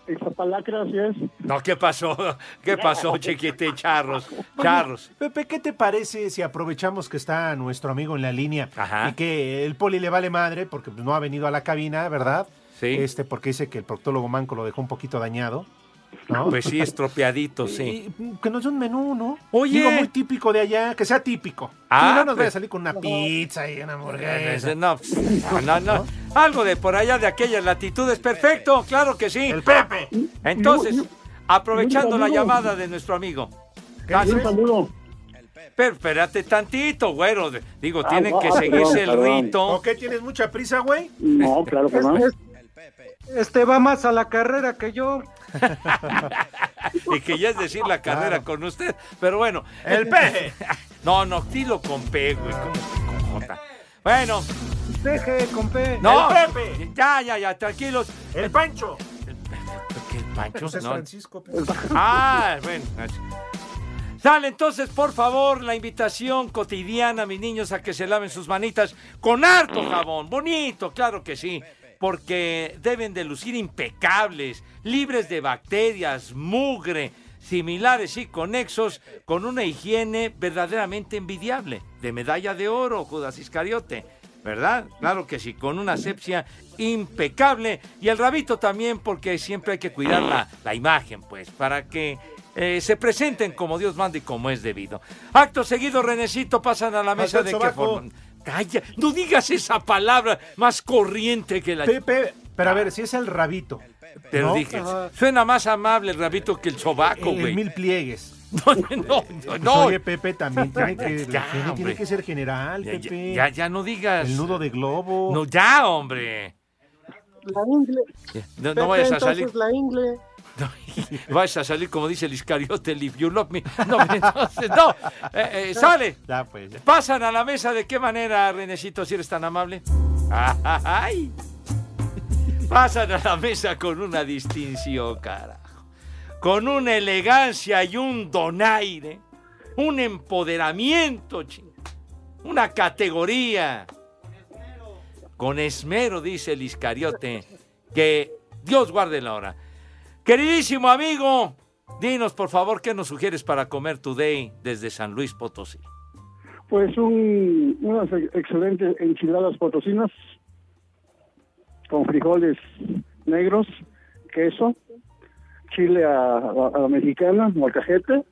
S15: Iztapalacra, así es.
S5: No, ¿qué pasó? ¿Qué pasó, chiquitín? Charros, charros.
S9: Pepe, ¿qué te parece si aprovechamos que está nuestro amigo en la línea
S5: Ajá.
S9: y que el poli le vale madre porque pues, no ha venido a la cabina, ¿verdad?
S5: Sí.
S9: Este, porque dice que el proctólogo Manco lo dejó un poquito dañado. ¿no?
S5: Pues sí, estropeadito, sí.
S9: Y que nos dé un menú, ¿no?
S5: Oye.
S9: Digo, muy típico de allá, que sea típico.
S5: Ah,
S9: y no nos vaya a
S5: pues. Eh,
S9: salir con una pizza y una hamburguesa.
S5: No, no, no, no. Algo de por allá, de aquellas latitudes. Perfecto, claro que sí. El
S9: Pepe.
S5: Entonces, aprovechando la
S15: amigo.
S5: llamada de nuestro amigo.
S15: Un saludo.
S5: Pero espérate tantito, güero. Digo,
S15: Ah,
S5: tienen
S15: no,
S5: que
S15: ah,
S5: seguirse el
S15: perdón, perdón.
S5: rito.
S9: ¿O qué tienes mucha prisa, güey?
S15: No, claro que no. Este va más a la carrera que yo.
S5: Y que ya es decir la carrera con usted. Pero bueno.
S15: El peje.
S5: No, no, dilo con P, güey. ¿Cómo que con J? Bueno.
S15: Deje, compe.
S5: No, ya, ya, ya, tranquilos. Eh,
S9: El Pancho.
S5: ¿Qué Pancho?
S9: Ese Este es
S5: No.
S9: Francisco.
S5: Ah, bueno. Dale entonces, por favor, la invitación cotidiana, mis niños, a que se laven sus manitas con harto jabón. Bonito, claro que sí. Porque deben de lucir impecables, libres de bacterias, mugre, similares y conexos, con una higiene verdaderamente envidiable, de medalla de oro, Judas Iscariote. ¿Verdad? Claro que sí, con una asepsia impecable. Y el rabito también, porque siempre hay que cuidar la, la imagen, pues, para que eh, se presenten como Dios manda y como es debido. Acto seguido, Renecito, pasan a la mesa
S9: el
S5: de qué
S9: sobaco.
S5: forma. Calla, no digas esa palabra más corriente que la. Ah.
S9: Pepe, pero a ver, si es el rabito.
S5: Pero
S9: ¿no?
S5: dije,
S9: Ajá.
S5: suena más amable el rabito que el sobaco,
S9: El
S5: güey.
S9: mil pliegues.
S5: No, no, no,
S9: Pues,
S5: no.
S9: Oye, Pepe, también tiene que,
S5: Ya,
S9: la higiene tiene
S5: hombre.
S9: que ser general,
S5: Ya, ya,
S9: Pepe.
S5: ya, ya no digas.
S9: El nudo de globo.
S5: No, ya, hombre.
S12: La ingle.
S5: No,
S12: Pepe,
S5: no vayas a
S12: entonces
S5: salir.
S12: la ingle.
S5: Vas a salir como dice el Iscariote, el if you love me. No, entonces, no. Eh, eh, sale.
S9: Ya, pues.
S5: Pasan a la mesa de qué manera, Renecito, si eres tan amable. ¡Ay! Pasan a la mesa con una distinción, carajo. Con una elegancia y un donaire. Un empoderamiento, ching. Una categoría. Con esmero, dice el Iscariote. Que Dios guarde la hora. Queridísimo amigo, dinos por favor qué nos sugieres para comer today desde San Luis Potosí.
S15: Pues un- unas ex- excelentes enchiladas potosinas con frijoles negros, queso, chile a, a- a la mexicana, molcajete,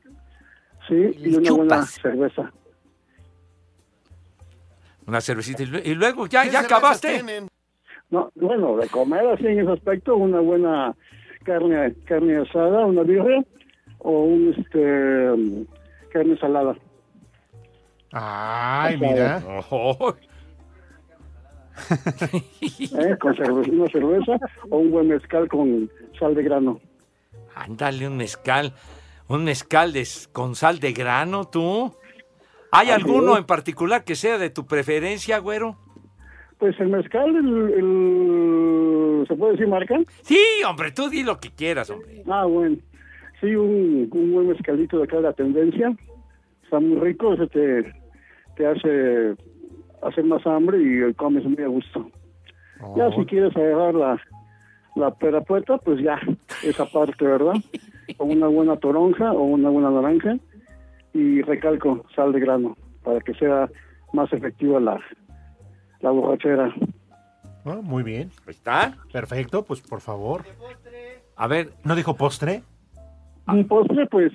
S15: sí, y una buena cerveza.
S5: Una cervecita y, lue- y luego ya, ya acabaste.
S15: No, bueno, de comer así en ese aspecto, una buena carne, carne asada, una birria o un este carne salada.
S9: Ay, mira.
S15: ¿eh? con cerve- una cerveza o un buen mezcal con sal de grano.
S5: Ándale un mezcal, un mezcal de s- con sal de grano, tú. ¿Hay alguno en particular que sea de tu preferencia, güero?
S15: Pues el mezcal, el, el- ¿se puede decir marca?
S5: Sí, hombre, tú di lo que quieras, hombre.
S15: Ah, bueno. Sí, un, un buen mezcalito de acá de la tendencia. Está muy rico, ese te, te hace hacer más hambre y comes muy a gusto. Ya si quieres agarrar la, la perapueta, pues ya, esa parte, ¿verdad? Con una buena toronja o una buena naranja. Y recalco, sal de grano, para que sea más efectiva la, la borrachera.
S9: Ah, muy bien.
S5: está.
S9: Perfecto, pues por favor.
S5: A ver.
S9: ¿No dijo postre?
S15: Un postre, pues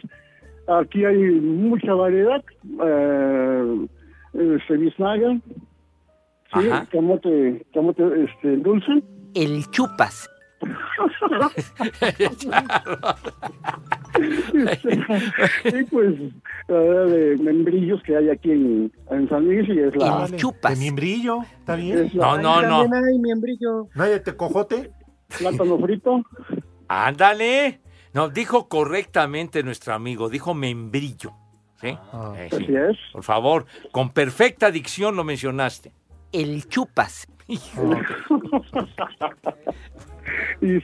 S15: aquí hay mucha variedad. Eh, el ceviznaga, sí,
S3: Ajá.
S15: camote, camote este, dulce.
S3: El chupas.
S15: y Este, pues la verdad de membrillos que hay aquí en, en San Luis y es la...
S9: Órale, De miembrillo, ¿está bien?
S15: Es la- No, no, no. también
S9: hay miembrillo. ¿No hay este de tecojote?
S15: Plátano frito.
S5: Ándale. No, dijo correctamente nuestro amigo, dijo membrillo. ¿Sí?
S9: Ah.
S5: Eh, sí.
S15: Así es.
S5: Por favor, con perfecta dicción lo mencionaste.
S3: El chupas.
S15: Y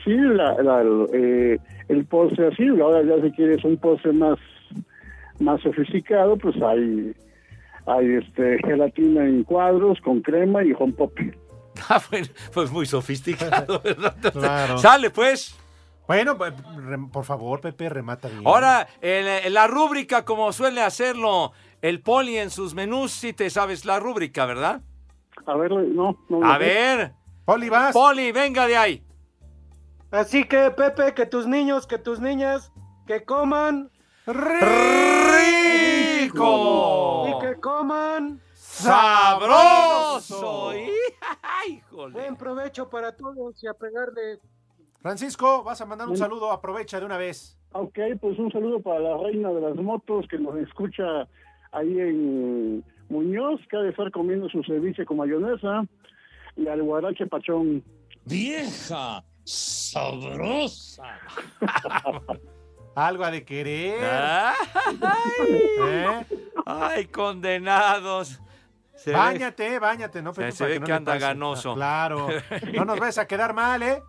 S15: sí, la, la- el, eh, el postre así, ahora ya si quieres un postre más, más sofisticado, pues hay, hay este, gelatina en cuadros con crema y home pop.
S5: Ah, bueno, pues muy sofisticado, ¿verdad? Entonces,
S9: Claro.
S5: Sale, pues.
S9: Bueno, pues, rem- por favor, Pepe, remata bien.
S5: Ahora, el- la rúbrica, como suele hacerlo el poli en sus menús, si te sabes la rúbrica, ¿verdad?
S15: A ver, no, no.
S5: A ver.
S9: Poli, vas.
S5: Poli, venga de ahí.
S12: Así que, Pepe, que tus niños, que tus niñas, que coman
S5: rico.
S12: Y que coman
S5: Sabroso.
S12: Buen provecho para todos y a pegarle.
S9: Francisco, vas a mandar un saludo, aprovecha de una vez.
S15: Ok, pues un saludo para la reina de las motos que nos escucha ahí en Muñoz, que ha de estar comiendo su ceviche con mayonesa, y al guarache pachón.
S24: Vieja sabrosa.
S9: Algo ha de querer. ¿Eh?
S5: Ay, Ah. Ay, condenados. Se ve-
S9: Báñate, báñate, ¿no?
S5: se-
S9: Pepe,
S5: se
S9: para
S5: ve
S9: no
S5: que
S9: le
S5: anda
S9: pase.
S5: ganoso.
S9: Ah, claro. No nos ves a quedar mal, ¿eh?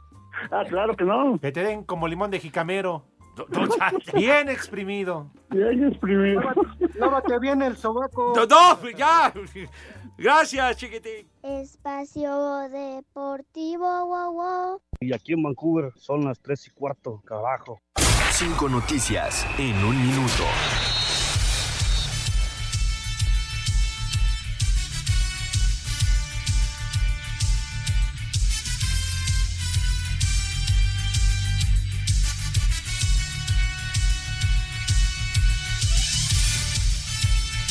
S15: Ah, claro que no.
S9: Que te den como limón de jicamero. Bien exprimido.
S15: Bien exprimido.
S12: Lávate bien el sobaco.
S5: No, no, ya. Gracias, chiquitín.
S29: Espacio Deportivo, wow, wow.
S14: Y aquí en Vancouver son las tres y cuarto, carajo.
S19: Cinco noticias en un minuto.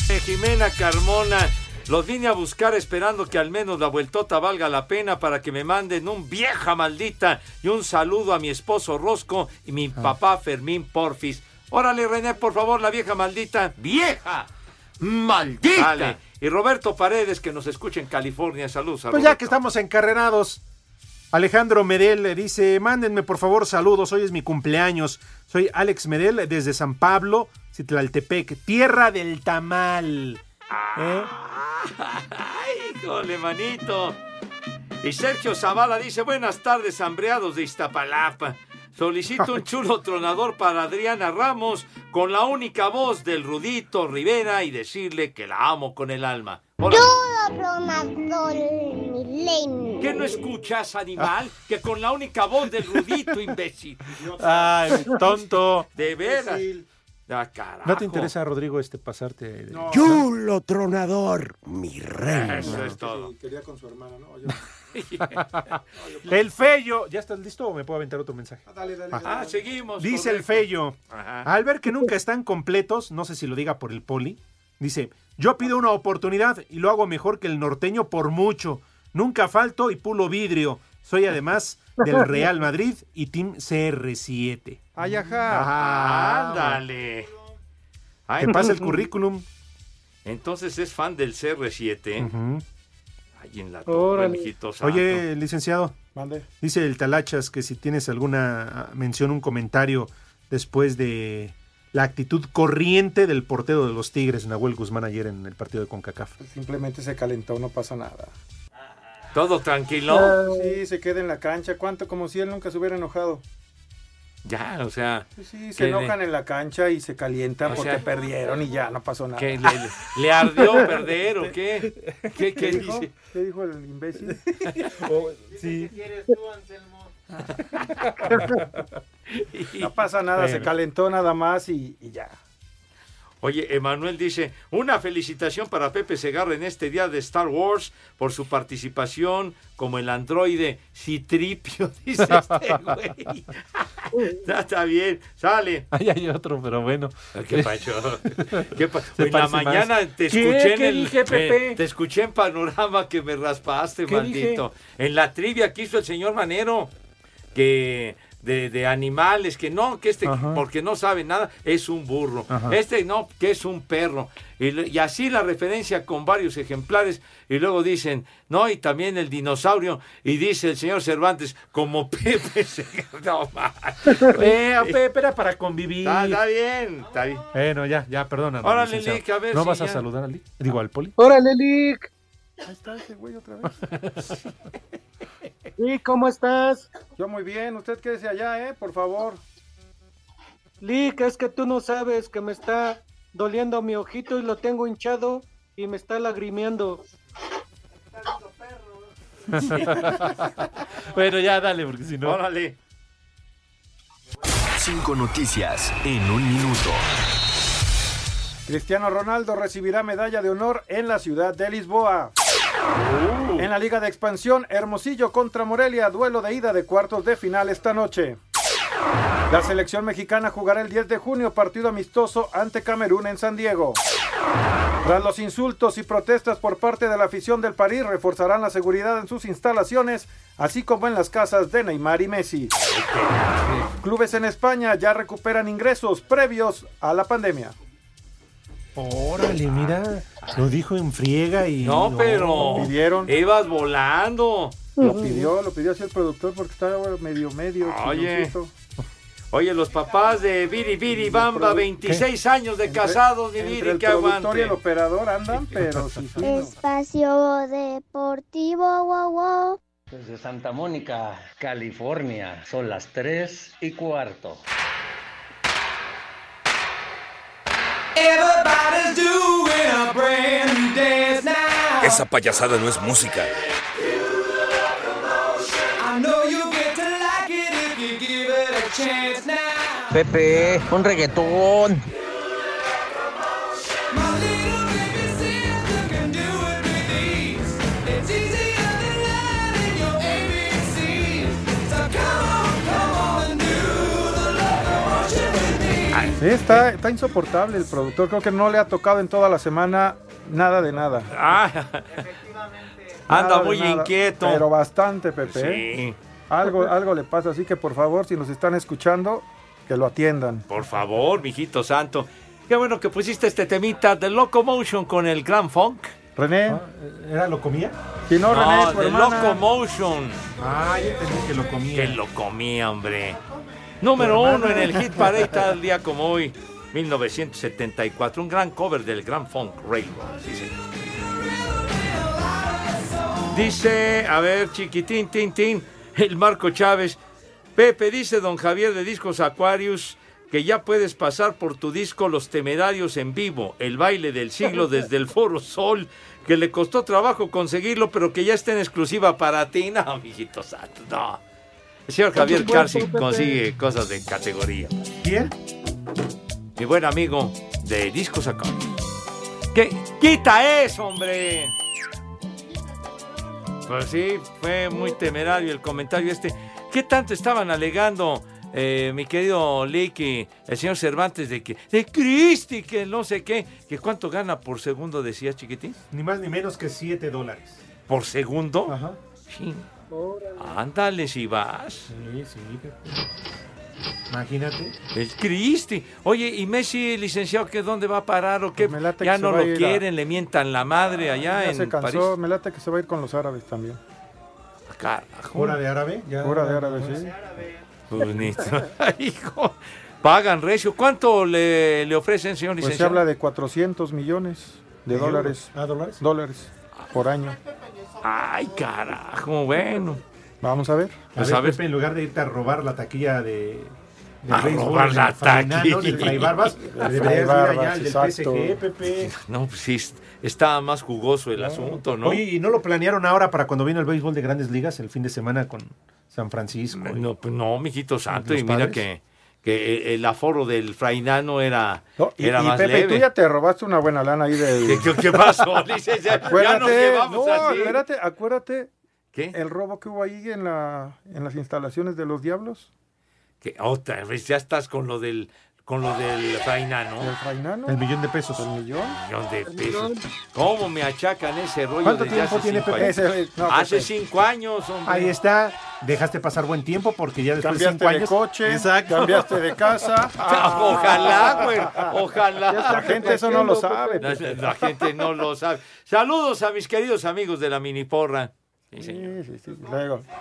S5: Eh, Jimena Carmona. Los vine a buscar esperando que al menos la vueltota valga la pena para que me manden un vieja maldita y un saludo a mi esposo Rosco y mi
S9: Ah.
S5: papá Fermín Porfis. Órale, René, por favor, la vieja maldita. ¡Vieja! ¡Maldita! Dale. Y Roberto Paredes, que nos escucha en California. Saludos a
S9: Pues ya
S5: Roberto.
S9: que estamos encarrerados, Alejandro Medel le dice, mándenme por favor saludos, hoy es mi cumpleaños. Soy Alex Medel desde San Pablo, Citlaltepec, tierra del tamal. ¿Eh?
S5: Híjole, manito. Y Sergio Zavala dice, buenas tardes, hambreados de Iztapalapa. Solicito un chulo tronador para Adriana Ramos con la única voz del Rudito Rivera y decirle que la amo con el alma. Hola. ¿Qué no escuchas, animal? Que con la única voz del Rudito, imbécil.
S9: Ay, tonto.
S5: De veras. Ah, carajo.
S9: ¿No te interesa, Rodrigo, este pasarte? de-
S20: Chulo tronador, mi
S5: Eso
S20: reina.
S5: es todo.
S9: Quería con su hermana, ¿no? El Fello, ¿ya estás listo o me puedo aventar otro mensaje?
S5: Dale, dale,
S9: dale,
S5: Ah, seguimos.
S9: Dice el
S5: correcto.
S9: Fello,
S5: Ajá.
S9: al ver que nunca están completos, no sé si lo diga por el poli, dice, yo pido una oportunidad y lo hago mejor que el norteño por mucho. Nunca falto y pulo vidrio. Soy además del Real Madrid y Team CR7.
S5: Ay,
S17: Ah,
S9: Ajá.
S5: Ándale. Eh. Ay,
S9: Te pasa Ah, el currículum.
S5: Entonces es fan del CR7.
S9: Ujú.
S5: Ay, en la torre, mijito santo.
S9: Oye, licenciado. Dice el Talachas que si tienes alguna ah, mención, un comentario después de la actitud corriente del portero de los Tigres, Nahuel Guzmán, ayer en el partido de CONCACAF.
S19: Simplemente se calentó, no pasa nada.
S5: Todo tranquilo.
S19: Sí, se queda en la cancha. ¿Cuánto? Como si él nunca se hubiera enojado.
S5: Ya, o sea.
S19: Sí,
S5: que
S19: se
S5: le-
S19: enojan en la cancha y se calientan
S5: O
S19: porque
S5: sea,
S19: perdieron y ya, no pasó nada.
S5: que le, le- le ardió perder o qué? ¿Qué, qué
S19: dijo?
S5: dice?
S19: ¿Qué dijo el imbécil? Oh, sí. No pasa nada, se
S5: Bueno.
S19: calentó nada más y, y ya.
S5: Oye, Emanuel dice, una felicitación para Pepe Segarra en este día de Star Wars por su participación como el androide Citripio, dice este güey. está, está bien, sale.
S9: Ahí hay otro, pero bueno.
S5: Ah, ¿Qué pacho? ¿Qué pa-
S9: Se
S5: en la
S9: parece más.
S5: mañana te
S9: ¿Qué?
S5: escuché en
S9: ¿Qué
S5: el-
S9: dije, Pepe?
S5: eh, te escuché en panorama que me raspaste,
S9: ¿Qué
S5: maldito. En la trivia que hizo el señor Manero, que de, de animales, que no, que este,
S9: Ajá.
S5: porque no sabe nada, es un burro.
S9: Ajá.
S5: Este no, que es un perro. Y, lo- y así la referencia con varios ejemplares, y luego dicen, no, y también el dinosaurio, y dice el señor Cervantes, como Pepe se no, ma. Eh,
S9: Vea, Pepe, era para convivir.
S5: Está, está bien, está bien.
S9: Bueno, ya, ya, perdona.
S5: Órale,
S9: licenciado.
S5: Lick, a ver
S9: ¿No
S5: si
S9: vas a
S5: ya-
S9: saludar al Lick? Digo, al poli.
S12: Órale, Lick.
S19: Ahí está ese güey otra vez.
S12: ¿Y cómo estás?
S19: Yo muy bien, usted quédese allá, ¿eh? Por favor.
S12: Lick, es que tú no sabes que me está doliendo mi ojito y lo tengo hinchado y me está lagrimeando.
S9: bueno, ya dale, porque si no.
S5: Órale.
S19: Cinco noticias en un minuto. Cristiano Ronaldo recibirá medalla de honor en la ciudad de Lisboa. En la Liga de Expansión, Hermosillo contra Morelia, duelo de ida de cuartos de final esta noche. La selección mexicana jugará el 10 de junio partido amistoso ante Camerún en San Diego. Tras los insultos y protestas por parte de la afición del París, reforzarán la seguridad en sus instalaciones, así como en las casas de Neymar y Messi. Clubes en España ya recuperan ingresos previos a la pandemia.
S9: Órale, mira. Lo dijo en friega y.
S5: No, pero
S9: Lo
S5: ibas volando.
S19: Lo pidió, lo pidió así el productor porque estaba medio medio.
S5: Oye.
S19: chinoncito.
S5: Oye, los papás de Viri Viri Bamba, 26 años de casados, mi
S19: Entre
S5: Viri,
S19: el
S5: que
S19: productor y
S5: aguante.
S19: el operador andan, pero sí.
S29: Espacio Deportivo, wow, wow.
S2: Desde Santa Mónica, California, son las 3 y cuarto.
S30: Everybody's doing a brand new dance now.
S13: Esa payasada no es música.
S30: I know you get to like it if you give it a chance now.
S17: Pepe, un reggaetón.
S30: It's easier than learning your ABCs. So come on, come on and do the locomotion with me.
S19: Sí, está, está insoportable el productor. Creo que no le ha tocado en toda la semana nada de nada.
S5: Ah, anda
S19: Nada de
S5: muy
S19: nada,
S5: inquieto.
S19: Pero bastante, Pepe.
S5: Sí.
S19: ¿eh? Algo, algo le pasa, así que por favor, si nos están escuchando, que lo atiendan.
S5: Por favor, mijito santo. Qué bueno que pusiste este temita de Locomotion con el Grand Funk.
S19: René.
S9: Ah, ¿Era lo comía?
S19: Si no, René, tu
S5: de
S19: hermana.
S5: Locomotion.
S9: Ah, ya entendí que lo comía.
S5: Que lo comía, hombre. Número
S9: Tu hermana.
S5: uno en el hit parade tal día como hoy, 1974. Un gran cover del Grand Funk Railroad. sí, señor. Dice, a ver, chiquitín, tin, tin, el Marco Chávez. Pepe, dice don Javier de Discos Aquarius que ya puedes pasar por tu disco Los Temerarios en vivo, el baile del siglo desde el Foro Sol, que le costó trabajo conseguirlo, pero que ya está en exclusiva para ti. No, mijito santo, no. El señor
S9: Por
S5: Javier
S9: supuesto,
S5: Carci
S9: Pepe.
S5: consigue cosas de categoría.
S9: ¿Quién?
S5: Mi buen amigo de Discos Aquarius. ¿Qué? ¡Quita eso, hombre! Pues sí, fue muy temerario el comentario este. ¿Qué tanto estaban alegando, eh, mi querido Licky, el señor Cervantes, de que de Cristi, que no sé qué, que cuánto gana por segundo, decía chiquitín?
S9: Ni más ni menos que 7 dólares.
S5: ¿Por segundo? Ajá. Ándale, si vas.
S9: Sí, sí. Imagínate.
S5: El Cristi. Oye, ¿y Messi, licenciado, que dónde va a parar o qué?
S19: Pues late
S5: Ya
S19: que se
S5: no
S19: va
S5: lo
S19: a ir a-
S5: quieren, le mientan la madre allá
S19: Ya
S5: en
S19: se cansó,
S5: París.
S19: me late que se va a ir con los árabes también.
S5: Carajo.
S9: ¿Hora de árabe? Ya-
S19: Hora de
S9: ya-
S19: árabe,
S9: hora
S19: sí.
S9: de
S5: Pues ni- Hijo, pagan recio. ¿Cuánto le, le ofrecen, señor
S19: Pues se
S5: licenciado?
S19: habla de 400 millones de,
S5: ¿De
S19: dólares.
S9: euros? Ah, ¿dólares?
S19: Dólares por año.
S5: Ay, carajo, bueno. Pues
S19: Vamos a ver.
S9: A ver, Pepe, en lugar de irte a robar la taquilla de. del
S5: A
S9: béisbol,
S5: robar
S9: del
S5: la
S9: Farinano,
S5: taquilla.
S9: Del Fray Barbas,
S5: Del
S9: deberías
S5: Fray
S9: ir allá
S5: Barbas,
S9: al del
S5: exacto.
S9: PSG, Pepe.
S5: No, pues sí, está más jugoso el asunto, ¿no?
S9: Oye, ¿y no lo planearon ahora para cuando vino el béisbol de grandes ligas el fin de semana con San Francisco?
S5: No, pues no, mijito santo,
S9: ¿Los
S5: y mira
S9: padres?
S5: que, que el aforo del frainano era,
S19: Y,
S5: era
S19: y
S5: más
S19: Pepe, tú
S5: leve.
S19: ya te robaste una buena lana ahí de...
S5: ¿Qué, qué pasó, licenciado? ya nos
S19: Acuérdate,
S5: llevamos
S19: no,
S5: así.
S19: espérate, acuérdate
S5: ¿Qué?
S19: el robo que hubo ahí en, la, en las instalaciones de los diablos.
S5: Que otra vez ya estás con lo del con lo del frainano.
S19: El frainano.
S9: El millón de pesos. El
S19: millón.
S5: Millón de
S19: El
S5: pesos.
S19: millón.
S5: ¿Cómo me achacan ese rollo
S9: ¿Cuánto
S5: desde
S9: tiempo
S5: hace
S9: tiene
S5: cinco
S9: Pepe?
S5: años?
S9: Ese- no,
S5: hace
S9: Pepe.
S5: cinco años, hombre.
S9: Ahí está. Dejaste pasar buen tiempo porque ya después de
S19: Cambiaste
S9: cinco
S19: de
S9: años.
S19: coche, cambiaste de casa.
S9: Ah.
S5: Ojalá, güey. Ojalá.
S19: La gente eso no lo sabe.
S5: La, la gente no lo sabe. Saludos a mis queridos amigos de la mini porra. Sí, señor.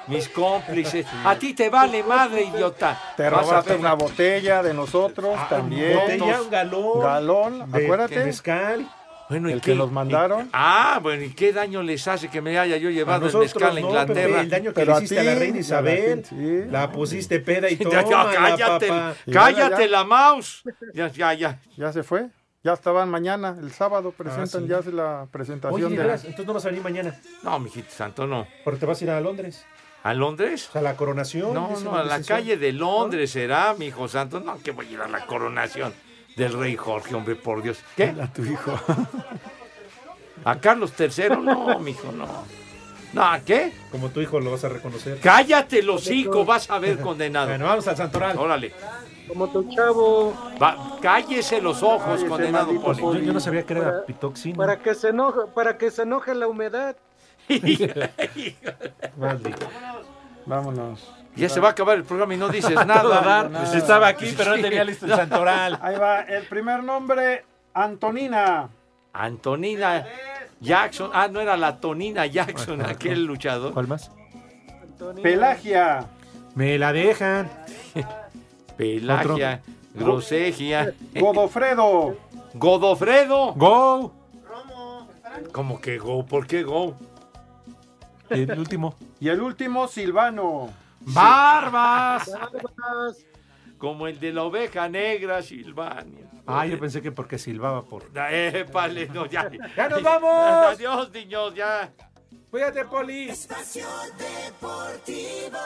S5: Mis cómplices. A ti te vale madre, idiota.
S19: Te
S5: Vas a
S19: robaste
S5: ver-
S19: una botella de nosotros también.
S5: botella, un
S9: galón.
S19: Galón,
S5: De-
S19: acuérdate.
S5: de mezcal. Bueno, ¿y
S19: el
S5: qué?
S19: que los mandaron.
S5: Ah, bueno, ¿y qué daño les hace que me haya yo llevado el
S9: nosotros
S5: mezcal a
S9: no,
S5: Inglaterra?
S9: Pepe, el daño que
S19: Pero
S9: le
S19: a
S9: hiciste
S19: ti,
S9: a la reina
S19: a la
S9: Isabel.
S19: gente, sí.
S9: La pusiste peda y
S5: Ya,
S9: todo.
S5: ya, cállate, cállate la mouse. Ya, ya, ya.
S19: Ya se fue. Ya estaban mañana, el sábado presentan,
S9: Ah, sí.
S19: ya hace la presentación de
S9: entonces no vas a venir mañana.
S5: No, mijito santo, no.
S9: Porque te vas a ir a Londres.
S5: ¿A Londres?
S9: A la coronación.
S5: No,
S9: dice
S5: no,
S9: la
S5: a la
S9: licenciada.
S5: calle de Londres será, mi hijo santo. No, que voy a ir a la coronación del rey Jorge, hombre, por Dios. ¿Qué?
S9: A tu hijo.
S5: ¿A Carlos III? No, mijo, no. No, ¿qué?
S9: Como tu hijo lo vas a reconocer.
S5: Cállate, el hocico, vas a ver condenado.
S9: Bueno, vamos al santoral.
S5: Órale.
S12: Como tu chavo.
S5: Va, cállese los ojos,
S12: Cállese,
S5: condenado
S12: maldito
S5: Poli.
S12: Poli. Yo- yo no
S9: sabía que era pitoxina.
S12: Para que se enoje, para que se enoje la humedad.
S9: Vale.
S19: Vámonos.
S5: Ya se va a acabar el programa y no dices
S9: A
S5: nada.
S9: todo dar.
S5: Nada.
S9: Pues estaba aquí, pero no tenía listo el santoral.
S19: Ahí va, el primer nombre, Antonina.
S5: Antonina Jackson. Ah, no era la Tonina Jackson, aquel luchador.
S9: ¿Cuál más?
S19: Pelagia.
S9: Me la dejan.
S5: Pelagia, Grosegia,
S19: Godofredo.
S5: Godofredo.
S9: Go.
S5: ¿Cómo que Go? ¿Por qué Go?
S9: El último.
S19: Y el último, Silvano.
S5: ¡Barbas! Como el de la oveja negra, Silvania.
S9: Ah, yo pensé que porque silbaba por.
S5: Épale, eh, no, ya.
S19: ¡Ya nos vamos!
S5: Adiós, niños, ya.
S19: Cuídate, Poli.
S30: Espacio Deportivo.